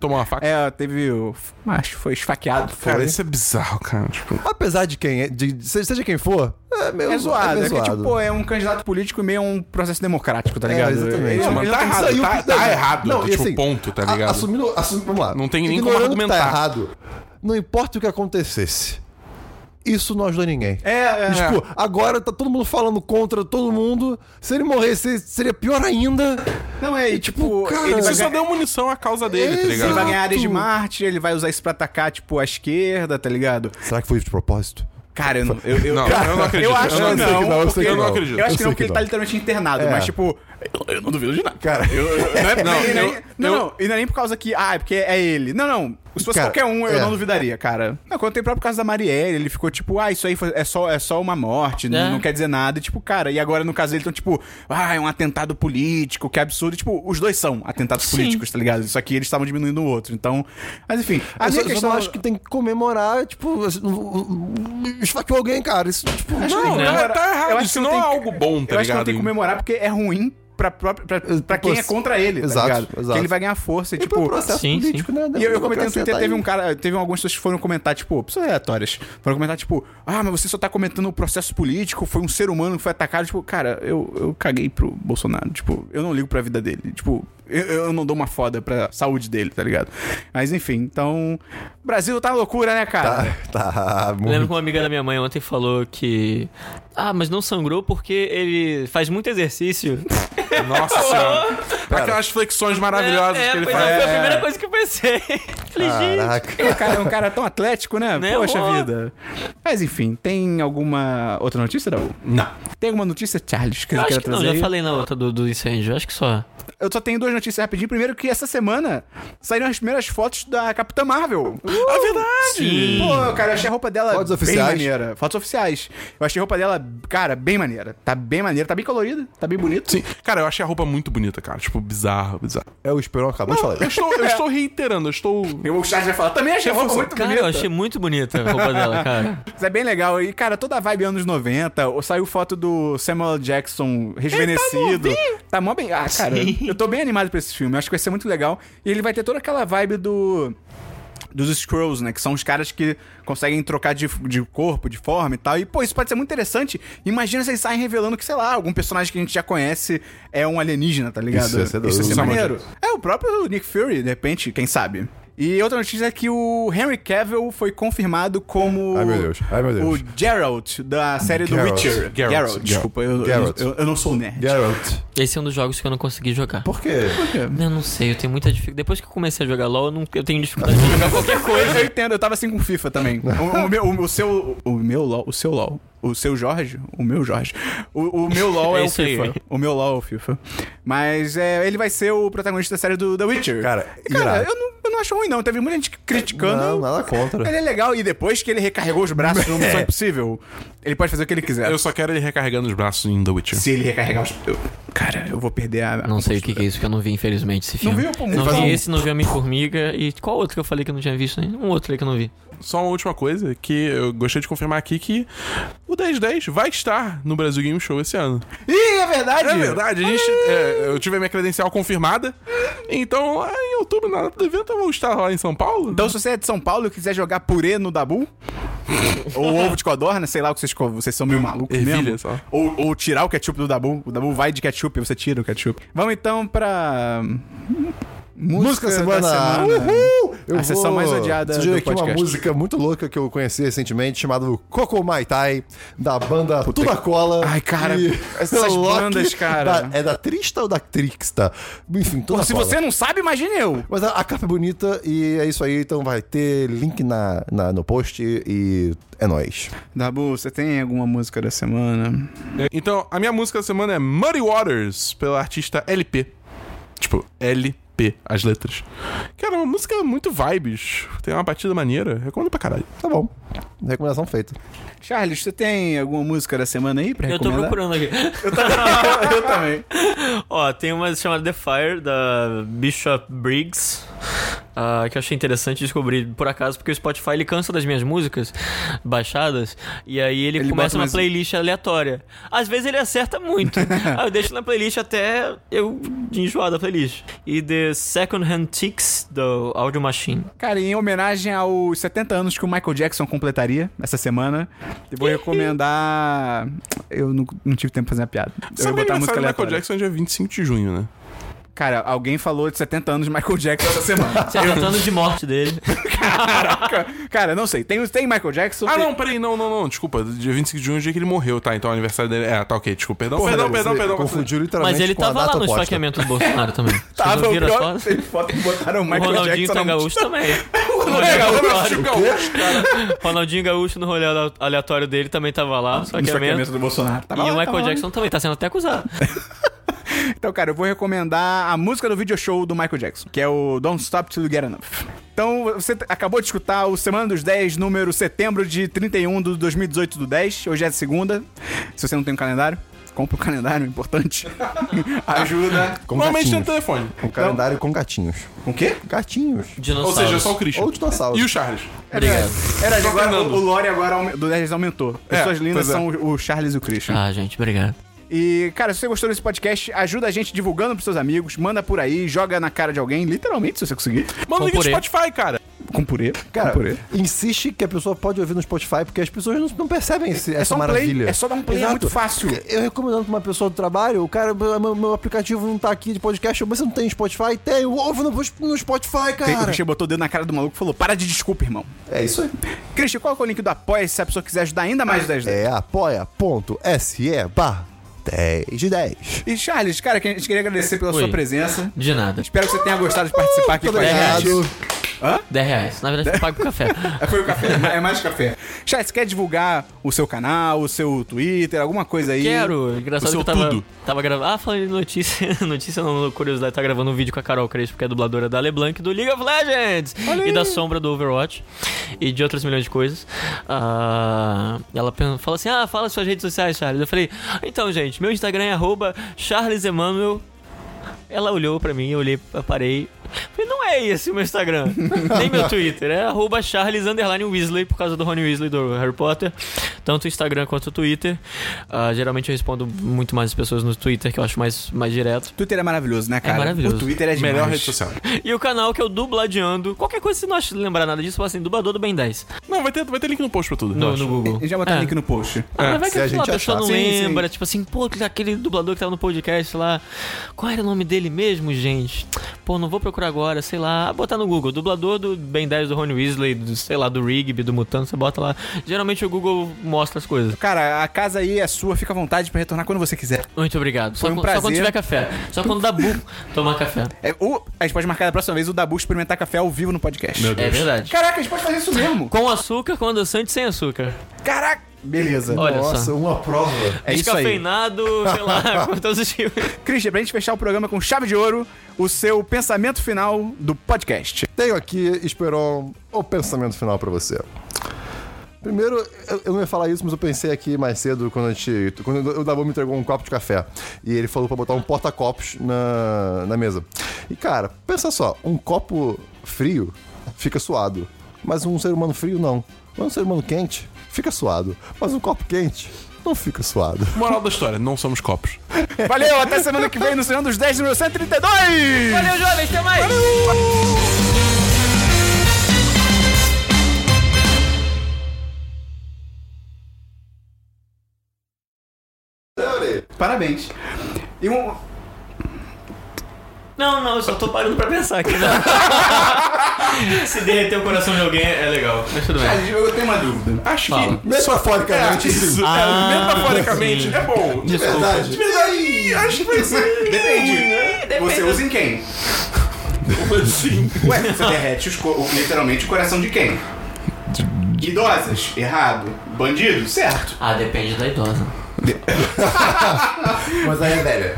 tomou uma faca. É, teve o. Acho que foi esfaqueado. Foi. cara, isso é bizarro, cara. Tipo, Apesar de quem é, de, de- seja quem for, é meio É zoado, é, meio que tipo, pô, é um candidato político e meio um processo democrático, tá É, ligado? exatamente. Ele- Mano, ele tá não tem- errado, Isso aí, tá- o- tá errado, Não, assim, tipo, ponto, tá a- ligado? assumindo, assu- vamos lá. Não tem nem como Ignorando que argumentar. Tá errado. Não importa o que acontecesse, isso não ajudou ninguém. É, é. Tipo, agora tá todo mundo falando contra todo mundo. Se ele morresse, seria pior ainda. Não, é, e, tipo, cara, ele Você vai, só ganhar, deu um munição à causa dele, tá ele vai ligado? ganhar áreas de Exato. Marte, ele vai usar isso pra atacar, tipo, a esquerda, tá ligado? Será que foi de propósito? Cara, eu não. Eu, eu, Não, eu, eu não acredito. eu acho Eu que não sei não. que não, eu sei porque que não. Eu acho Eu que sei não, que porque ele não. tá literalmente internado, É. mas, tipo. Eu, eu não duvido de nada. Cara, eu. eu- não, é, Não, não, e não, é- eu- não, eu- não, e não é nem por causa que. Ah, é porque é ele. Não, não. Se fosse Cara, qualquer um, eu é. não duvidaria, cara. Não, quando tem o próprio caso da Marielle, ele ficou tipo, ah, isso aí foi- é, só, é só uma morte, não, É. não quer dizer nada. E, tipo, cara, e agora no caso dele, tão tipo, ah, é um atentado político, que absurdo. E, tipo, os dois são atentados políticos, tá ligado? Só que eles estavam diminuindo o outro. Então. Mas enfim. A eu minha é, só, só não acho que tem que comemorar, tipo, assim, um- um- esfaqueou alguém, cara. Isso, que tipo, tem Não, que tá- comemorar. tá errado, Eu acho isso que não tem é que- algo bom, tá eu acho que ligado? não tem que comemorar porque é ruim pra, própria, pra, pra Pô, quem é contra ele, exato, tá ligado? exato. Que ele vai ganhar força e, pro tipo... um processo sim, político, né? E eu, eu comentei no Democracia Twitter, tá teve aí. um cara, teve algumas pessoas que foram comentar, tipo, pessoas aleatórias, foram comentar, tipo, ah, mas você só tá comentando o processo político, foi um ser humano que foi atacado, tipo, cara, eu, eu caguei pro Bolsonaro, tipo, eu não ligo pra vida dele, tipo, eu, eu não dou uma foda pra saúde dele, tá ligado? Mas enfim, então, Brasil tá loucura, né, cara? Tá, muito. Eu lembro que uma amiga da minha mãe ontem falou que. Ah, mas não sangrou porque ele faz muito exercício. Nossa senhora. Aquelas flexões maravilhosas é, que ele pois faz. é, foi a primeira coisa que eu pensei. Falei, gente. Caraca. É um cara, é um cara tão atlético, né? Né, Poxa amor? vida. Mas enfim, tem alguma outra notícia, Dabu? Não. Tem alguma notícia, Charles, que Eu você acho queira que não, trazer? já aí? falei na outra do, do incêndio, eu acho que só. Eu só tenho duas notícias rapidinho. Primeiro, que essa semana saíram as primeiras fotos da Capitã Marvel. É verdade. Sim. Pô, cara, eu achei a roupa dela Fotos bem oficiais? maneira. Fotos oficiais. Eu achei a roupa dela, cara, bem maneira. Tá bem maneira, tá bem colorida, tá bem bonita. Sim. Cara, eu achei a roupa muito bonita, cara. Tipo, bizarro, bizarro. É, o Esperão acabou de falar. Eu estou, eu estou reiterando, eu estou. E o Charles vai falar, também achei a roupa muito Cara, bonita. eu achei muito bonita a roupa dela, cara. Isso é bem legal. E, cara, toda a vibe anos 90. ou Saiu foto do Samuel L. Jackson rejuvenescido. Tá, mó bem. Ah, cara, eu tô bem animado pra esse filme. Eu acho que vai ser muito legal. E ele vai ter toda aquela vibe do. Dos Scrolls, né? Que são os caras que conseguem trocar de, de corpo, de forma e tal. E, pô, isso pode ser muito interessante. Imagina se eles saem revelando que, sei lá, algum personagem que a gente já conhece é um alienígena, tá ligado? Isso ia ser doido. ia ser Samuel maneiro. É o próprio Nick Fury, de repente, quem sabe. E outra notícia é que o Henry Cavill foi confirmado como Ai, meu Deus. Ai, meu Deus. o Geralt da série do Geralt. Witcher. Geralt. desculpa. Eu, eu- Geralt. eu- eu não sou nerd. Geralt. Esse é um dos jogos que eu não consegui jogar. Por quê? Eu não sei, eu tenho muita dificuldade. Depois que eu comecei a jogar LOL, eu, não- eu tenho dificuldade de jogar qualquer coisa. Eu, eu entendo, eu tava assim com FIFA também. O, o meu, o, o seu. O meu LOL. O seu LOL. O seu Jorge? O meu Jorge. O, o meu LOL é, É o isso aí. FIFA. O meu LOL é o FIFA. Mas é, ele vai ser o protagonista da série do The Witcher. Cara, cara irado. eu, não, eu não acho ruim, não. Teve muita gente criticando. Não, nada contra. É. Ele é legal, e depois que ele recarregou os braços numa missão impossível, ele pode fazer o que ele quiser. Eu só quero ele recarregando os braços em The Witcher. Se ele recarregar os. eu- Cara, eu vou perder a. Não sei o que, que é isso que eu não vi, infelizmente, esse filme. viu? Pô, Não faz vi um- esse, não vi Homem-Formiga. E qual outro que eu falei que eu não tinha visto ainda? Um outro aí que eu não vi. Só uma última coisa que eu gostei de confirmar aqui que o 1010 vai estar no Brasil Game Show esse ano. Ih, é verdade! É verdade, a gente, é, eu tive a minha credencial confirmada. Então, lá em outubro, na data do evento, eu vou estar lá em São Paulo. Então, se você é de São Paulo e quiser jogar purê no Dabu, ou ovo de codorna, sei lá o que vocês comem. Vocês são meio malucos Ervilha, mesmo. só. Ou, ou tirar o ketchup do Dabu. O Dabu vai de ketchup e você tira o ketchup. Vamos então pra... Música da semana. Uhul! A sessão mais odiada sugerir do aqui uma podcast. música muito louca que eu conheci recentemente, chamada Coco Mai Tai, da banda Tuda Cola. Ai, cara, essas Loki bandas, cara. da- é da Trista ou da Trixta? Enfim, Tuda Pô, se Cola. você é não sabe, imagine eu. Mas a, a capa é bonita e é isso aí, então vai ter link na, na- no post e é nóis. Dabu, você tem alguma música da semana? Então, a minha música da semana é Muddy Waters, pela artista LP. Tipo, LP, as letras. Cara, é uma música muito vibes. Tem uma batida maneira. Recomendo pra caralho. Tá bom. Recomendação feita. Charles, você tem alguma música da semana aí pra Eu tô recomendar? procurando aqui. procurando. eu também. Ó, tem uma chamada The Fire, da Bishop Briggs. ah, que eu achei interessante descobrir por acaso, porque o Spotify ele cansa das minhas músicas baixadas, e aí ele, Ele bota começa uma mais- playlist aleatória. Às vezes ele acerta muito. aí eu deixo na playlist até eu enjoar da playlist. E The Second Hand Ticks, do Audio Machine. Cara, em homenagem aos 70 anos que o Michael Jackson completaria essa semana, eu vou recomendar. Eu não, não tive tempo pra fazer a piada. Eu Sabe vou o botar a música aniversário do Michael aleatória. Jackson é dia 25 de junho, né? Cara, alguém falou de 70 anos de Michael Jackson essa semana. Se acertando de morte dele. Caraca! Cara, não sei. Tem, tem Michael Jackson? Ah, tem- não, peraí, não, não, não, desculpa. Dia 25 de junho é o dia que ele morreu, tá? Então é o aniversário dele. É, tá, ok, desculpa. Perdão, perdão, Você perdão, perdão, Confundiu literalmente Mas ele com a tava lá data no oposta. esfaqueamento do Bolsonaro também. Vocês Tava não o viram as pior. fotos? Tem foto que botaram o O Michael Ronaldinho Jackson. tá na- gaúcho também. O É, Ronaldinho tá Gaúcho, Ronaldinho Gaúcho no rolê ale- aleatório dele também tava lá, só no que é esfaqueamento menos. do Bolsonaro. Tá Tava E lá, o tava Michael lá. Jackson também tá sendo até acusado. Então, cara, eu vou recomendar a música do video show do Michael Jackson, que é o Don't Stop Till You Get Enough. Então, você t- acabou de escutar o Semana dos 10, número setembro de 31 de 2018 do 10. Hoje é segunda. Se você não tem um calendário, compra um calendário, é importante. Ajuda. Com Normalmente tem no gatinhos. telefone. Com calendário então? com gatinhos. O quê? Gatinhos. Ou Dinossauro. seja, é um só o Christian. Ou dinossauros. E o Charles. Obrigado. Era, agora, Fernando. o, o Lore agora aume- do 10 aumentou. Pessoas É, lindas pois é. são o, o Charles e o Christian. Ah, gente, obrigado. E, cara, se você gostou desse podcast, ajuda a gente divulgando pros seus amigos, manda por aí, joga na cara de alguém, literalmente, se você conseguir. Manda o link do Compurei. Spotify, cara. Com purê. Cara, com purê. insiste que a pessoa pode ouvir no Spotify, porque as pessoas não, não percebem esse, essa só um play, maravilha. é só dar um play, é muito fácil. Eu recomendando pra uma pessoa do trabalho, o cara, meu, meu- meu aplicativo não tá aqui de podcast, mas você não tem Spotify? Tem, ouve no, no Spotify, Tem- O cara. Christian botou o dedo na cara do maluco e falou: Para de desculpa, irmão. É isso aí. Christian, qual que é o link do Apoia se a pessoa quiser ajudar ainda mais o 10 10? É apoia.se barra 10 de 10. E Charles, cara, que a gente queria agradecer pela Oi. sua presença. De nada. Espero que você tenha gostado de participar aqui com a gente. Obrigado. 10 reais. Na verdade, eu pago pro café. Foi o café, é mais café. Charles, você quer divulgar o seu canal, o seu Twitter, alguma coisa aí? Quero. Engraçado O que seu eu tava, tudo. tava gravando. Ah, falando de notícia. Notícia não, curiosidade. Tá gravando um vídeo com a Carol Crespo, que é dubladora da LeBlanc do League of Legends. E da Sombra do Overwatch. E de outras milhões de coisas. Ah, ela pen- fala assim: Ah, fala suas redes sociais, Charles. Eu falei: Então, gente, meu Instagram é arroba Charles Emanuel. Ela olhou pra mim, eu olhei, eu parei. Falei, não é esse o meu Instagram, nem meu Twitter. É arroba Charles underline Weasley, por causa do Rony Weasley do Harry Potter. Tanto o Instagram quanto o Twitter. Ah, geralmente eu respondo muito mais as pessoas no Twitter, que eu acho mais, mais direto. Twitter é maravilhoso, né, cara? maravilhoso. O Twitter é demais. Melhor rede social. E o canal que é o Dubladeando. Qualquer coisa, se não ach- lembrar nada disso, fala assim, dublador do Ben 10. Não, vai ter, vai ter link no post pra tudo. No, relaxa. no Google. A gente vai botar o É. link no post. Ah, mas vai se que a a, gente a pessoa achar. não Sim, lembra, tipo assim, pô, aquele dublador que tava no podcast lá. Qual era o nome dele mesmo, gente? Pô, não vou procurar agora, sei lá. Botar no Google, dublador do Ben 10 do Rony Weasley, do, sei lá, do Rigby, do Mutano, você bota lá. Geralmente o Google mostra as coisas. Cara, a casa aí é sua, fica à vontade pra retornar quando você quiser. Muito obrigado. Só, Foi um quan- prazer. só quando tiver café. Só quando dá bu tomar café. É, ou a gente pode marcar da próxima vez o Dabu experimentar café ao vivo no podcast. Meu É verdade. Caraca, a gente pode fazer isso mesmo. Com açúcar, com adoçante sem açúcar. Caraca. Beleza. Olha Nossa, só. uma prova. É isso aí. Descafeinado, sei lá, com todos os tipos. Christian, pra gente fechar o programa com chave de ouro, o seu pensamento final do podcast. Tenho aqui, Esperon, o pensamento final pra você. Primeiro, eu, eu não ia falar isso, mas eu pensei aqui mais cedo quando a gente. Quando o Dabu me entregou um copo de café. E ele falou pra botar um porta-copos na, na mesa. E cara, pensa só, um copo frio fica suado. Mas um ser humano frio não. Mas um ser humano quente fica suado. Mas um copo quente não fica suado. Moral da história, não somos copos. Valeu, até semana que vem no Senhor dos 10, número 132! Valeu, jovens, até mais! Parabéns. E um. Não, não, eu só tô parando pra pensar aqui. né? Se derreter o coração de alguém é legal. Mas tudo bem. Ah, eu tenho uma dúvida. Acho Fala. que. Metaforicamente, É, sim. isso. é, metaforicamente, sim. é bom. De verdade. Mas aí, acho que vai ser. Depende. Você usa em quem? assim? Sim. Ué, você derrete os co- o- literalmente o coração de quem? Idosas? Errado. Bandido? Certo. Ah, depende da idosa. Mas aí é velha.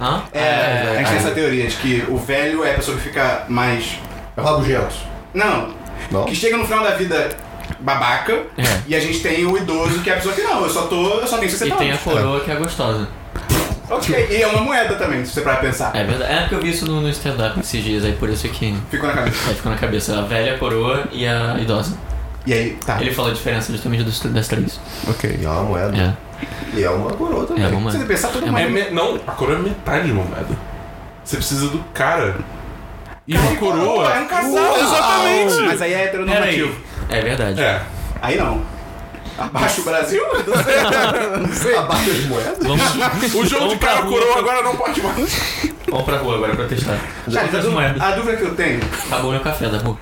Hã? Ah, É, a gente tem essa teoria de que o velho é a pessoa que fica mais. É rabugento. Não. Não? Que chega no final da vida babaca. É. E a gente tem o idoso que é a pessoa que não, eu só tô. Eu só tenho 60 E tem a anos. coroa que é gostosa. Ok. E é uma moeda também, se você parar pra pensar. É verdade. É porque eu vi isso no, no stand-up esses dias, aí por isso que Ficou na cabeça. aí ficou na cabeça. A velha, a coroa e a idosa. E aí, tá. Ele fala a diferença justamente dos, das três. E é uma moeda. É, E é uma coroa também. é uma Se você pensar, todo É mundo. uma- É me- Não, a coroa é metade de uma moeda. Você precisa do cara. E uma É coroa. um casal. Uau! Exatamente. Mas aí é heteronormativo. É verdade. É. Aí não. Abaixa o Brasil? Abaixo as moedas. Vamos, O jogo de Vamos pra cara rua. coroa agora não pode mais. vamos pra rua agora pra testar. Cara, a Quantas dúvida- moedas? a dúvida que eu tenho. Acabou meu café da rua.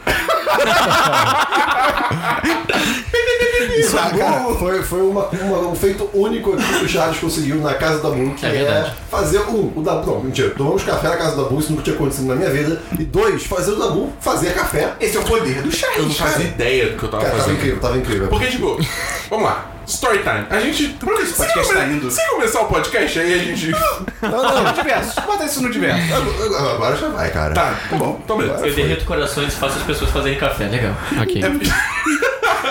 Isso, Ah, cara, foi, foi uma, uma- um feito único aqui que o Charles conseguiu na casa da Moon, que É é, verdade. fazer um. O da, não, mentira, tomamos café na casa da Moon, isso nunca tinha acontecido na minha vida. E dois, fazer o da Moon fazer café. Esse é o poder do Charles. Eu não fazia ideia do que eu tava Cara, tava fazendo. incrível, tava incrível. Porque, tipo, vamos lá. Story time. A gente. Sem, podcast tá come- indo? sem começar o podcast, aí a gente. Não, não, Diverso. Bota isso no diverso. agora- agora já vai, cara. tá, tá bom. Então, beleza. Eu derreto corações e faço as pessoas fazerem café. Legal. Ok.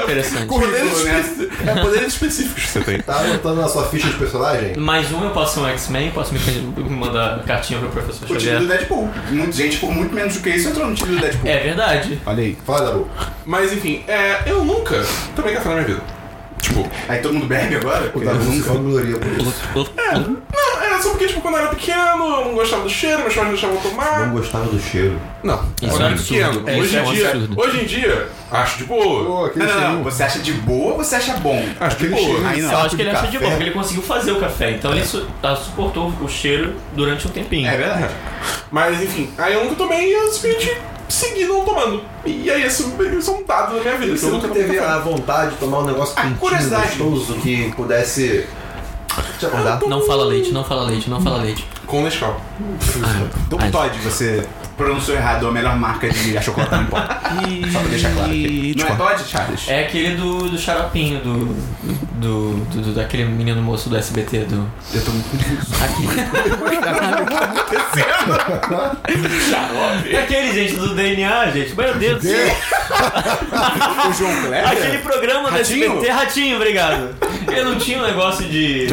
Interessante. Poderes Ridículo, né? especi- É poderes específicos que você tem. Tá anotando na sua ficha de personagem? Mais um eu posso ser um X-Men, posso me can- mandar cartinha pro professor O time do Xavier. Deadpool. Muita gente, por muito menos do que isso, entrou no time do Deadpool. É verdade. Olha aí. Fala, Dabu. Mas enfim, é, eu nunca tomei café na minha vida. Tipo, É. Aí todo mundo bebe agora? O Dabu se vangloria por isso. É, não, era só porque, tipo, quando eu era pequeno, eu não gostava do cheiro, meus pais não deixavam eu Não tomar. gostava do cheiro. Não, Isso quando eu é era um absurdo. pequeno. Isso Hoje é em um dia, absurdo. hoje em dia, acho de boa. Pô, Não, aquele não, não. cheirinho. Você acha de boa ou você acha bom? Acho de aquele boa. cheiro. Aí não. Ah, Eu acho que ele acha de café. boa, porque ele conseguiu fazer o café. Então ele su- ah, suportou o cheiro durante um tempinho. É verdade. Mas enfim, aí eu nunca tomei e eu simplesmente segui não tomando. E aí isso, isso é um dado da minha vida. Você nunca tomei teve café. a vontade de tomar um negócio A quentinho, curiosidade. gostoso, que pudesse te acordar? Não fala leite, não fala leite, não fala leite. Com Nescau. Então, Todd, você pronunciou errado é a melhor marca de achocolatado em pó. Só pra deixar claro aqui. Não é Todd, Charles? É aquele do, do xaropinho, do, do, do- do- Daquele menino moço do SBT, do. Eu tô muito confuso. Aquele, gente, do DNA, gente. Meu Deus do céu. O João Kleber? Aquele programa do Ratinho? SBT, ratinho, obrigado. Eu não tinha um negócio de.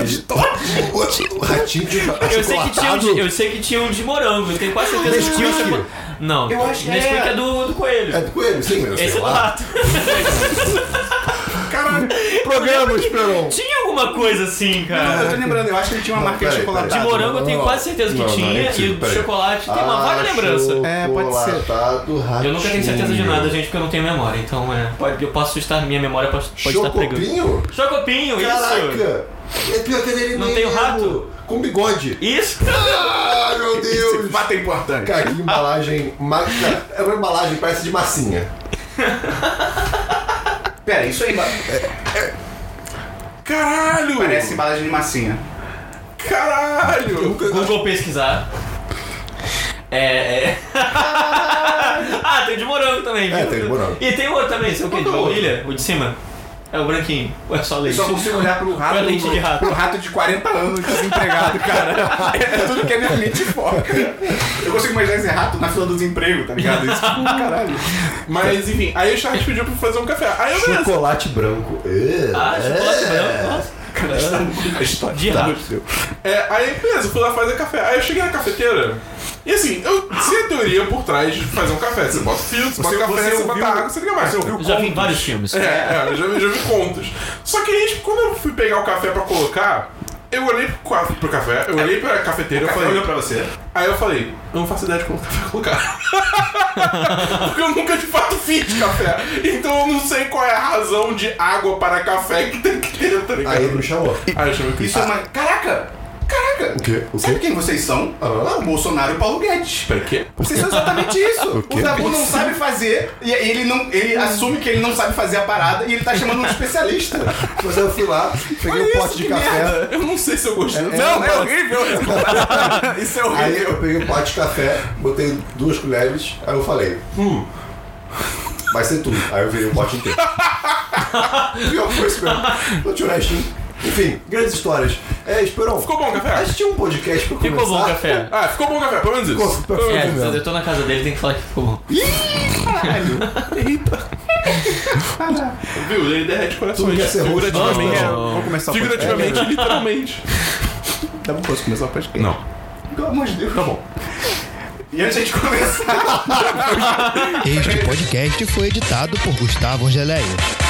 O ratinho de Eu sei, que tinha um de, eu sei que tinha um de morango, eu tenho quase certeza que tinha um de morango. Não, Eu acho que Nesquik é. é do, do coelho. É do coelho, sim, eu sei Esse é do lá. rato. Caralho. é Programa, Esperon. Tinha alguma coisa assim, Não, eu cara. tô lembrando, eu acho que ele tinha uma Não, marca de peraí, chocolate. De peraí. morango eu tenho Não, quase certeza que não, tinha, não, e do peraí. chocolate tem uma vaga lembrança. É, pode ser. Eu nunca tenho certeza de nada, gente, porque eu não tenho memória. Então, é, pode- eu posso estar. Minha memória pode, pode estar pregando. Chocopinho? Chocopinho, isso! Caraca! É pior que ele Não mesmo. tem o rato? Com bigode. Isso! Ai, meu Esse Deus. fato é importante. Cara, que embalagem... ma- cara, É uma embalagem, parece de massinha. Pera, isso aí Caralho! parece embalagem de massinha. Caralho! Google pesquisar. É, é. ah, tem o de morango também, viu? É, tem o de morango. E tem o outro também, esse é o quê? De Qual do baunilha? O de cima? É o branquinho. Ou é só Eu leite? só consigo olhar pro rato, Pra lente de rato. pro rato de 40 anos desempregado, cara. É tudo que a minha mente foca. Eu consigo imaginar esse rato na fila do desemprego, tá ligado? Isso, caralho. Mas enfim, aí o Charles pediu pra eu fazer um café. Aí eu beleza. Chocolate branco. É. Ah, chocolate branco? Nossa. tá A história De rato. É, aí beleza, eu fui lá fazer café. Aí eu cheguei na cafeteira. E assim, eu sei a teoria por trás de fazer um café. Você bota filtro, você bota café, você, bota água, você liga mais. Eu já vi em vários filmes. É, é, eu já, vi- já vi contas. Só que aí, tipo, quando eu fui pegar o café pra colocar, eu olhei pro, ca- pro café, eu olhei pra cafeteira, eu falei. olhou pra você. Aí eu falei, eu não faço ideia de como o café vai colocar. Porque eu nunca de fato fiz café. Então eu não sei qual é a razão de água para café que tem que ter, tá ligado? Aí ele me chamou. Ah, Aí eu chamei o Cris. Isso é uma. Caraca! O quê? O Sabe quê? quem vocês são? Ah. O Bolsonaro e o Paulo Guedes. Pra quê? Vocês são exatamente isso. O O, quê? Dabu não sabe fazer e ele não. Ele assume que ele não sabe fazer a parada e ele tá chamando um especialista. Mas eu fui lá, peguei Olha um isso, pote de que café. um merda. Eu não sei se eu gostei. não, é horrível. isso é Aí horrível. eu peguei um pote de café, botei duas colheres, aí eu falei, hum, vai ser tudo. Aí eu virei o pote inteiro. Pior foi isso mesmo. Não tinha o restinho. Enfim, grandes histórias. É, Esperão. Ficou bom o café? A gente tinha um podcast pra Ficou bom o começar. café. Ah, ficou bom o café, pelo menos isso. Ficou, ficou bom É, mesmo. eu tô na casa dele, tem que falar que ficou bom. Viu? Ele derrete corações. Tudo que é ser roxo, Figurativamente. não, Vamos começar o Figurativamente podcast. É. e literalmente. Dá pra posso começar o podcast? Não. Pelo amor de Deus. Tá bom. E antes de gente começar. Este podcast foi editado por Gustavo Angeléia.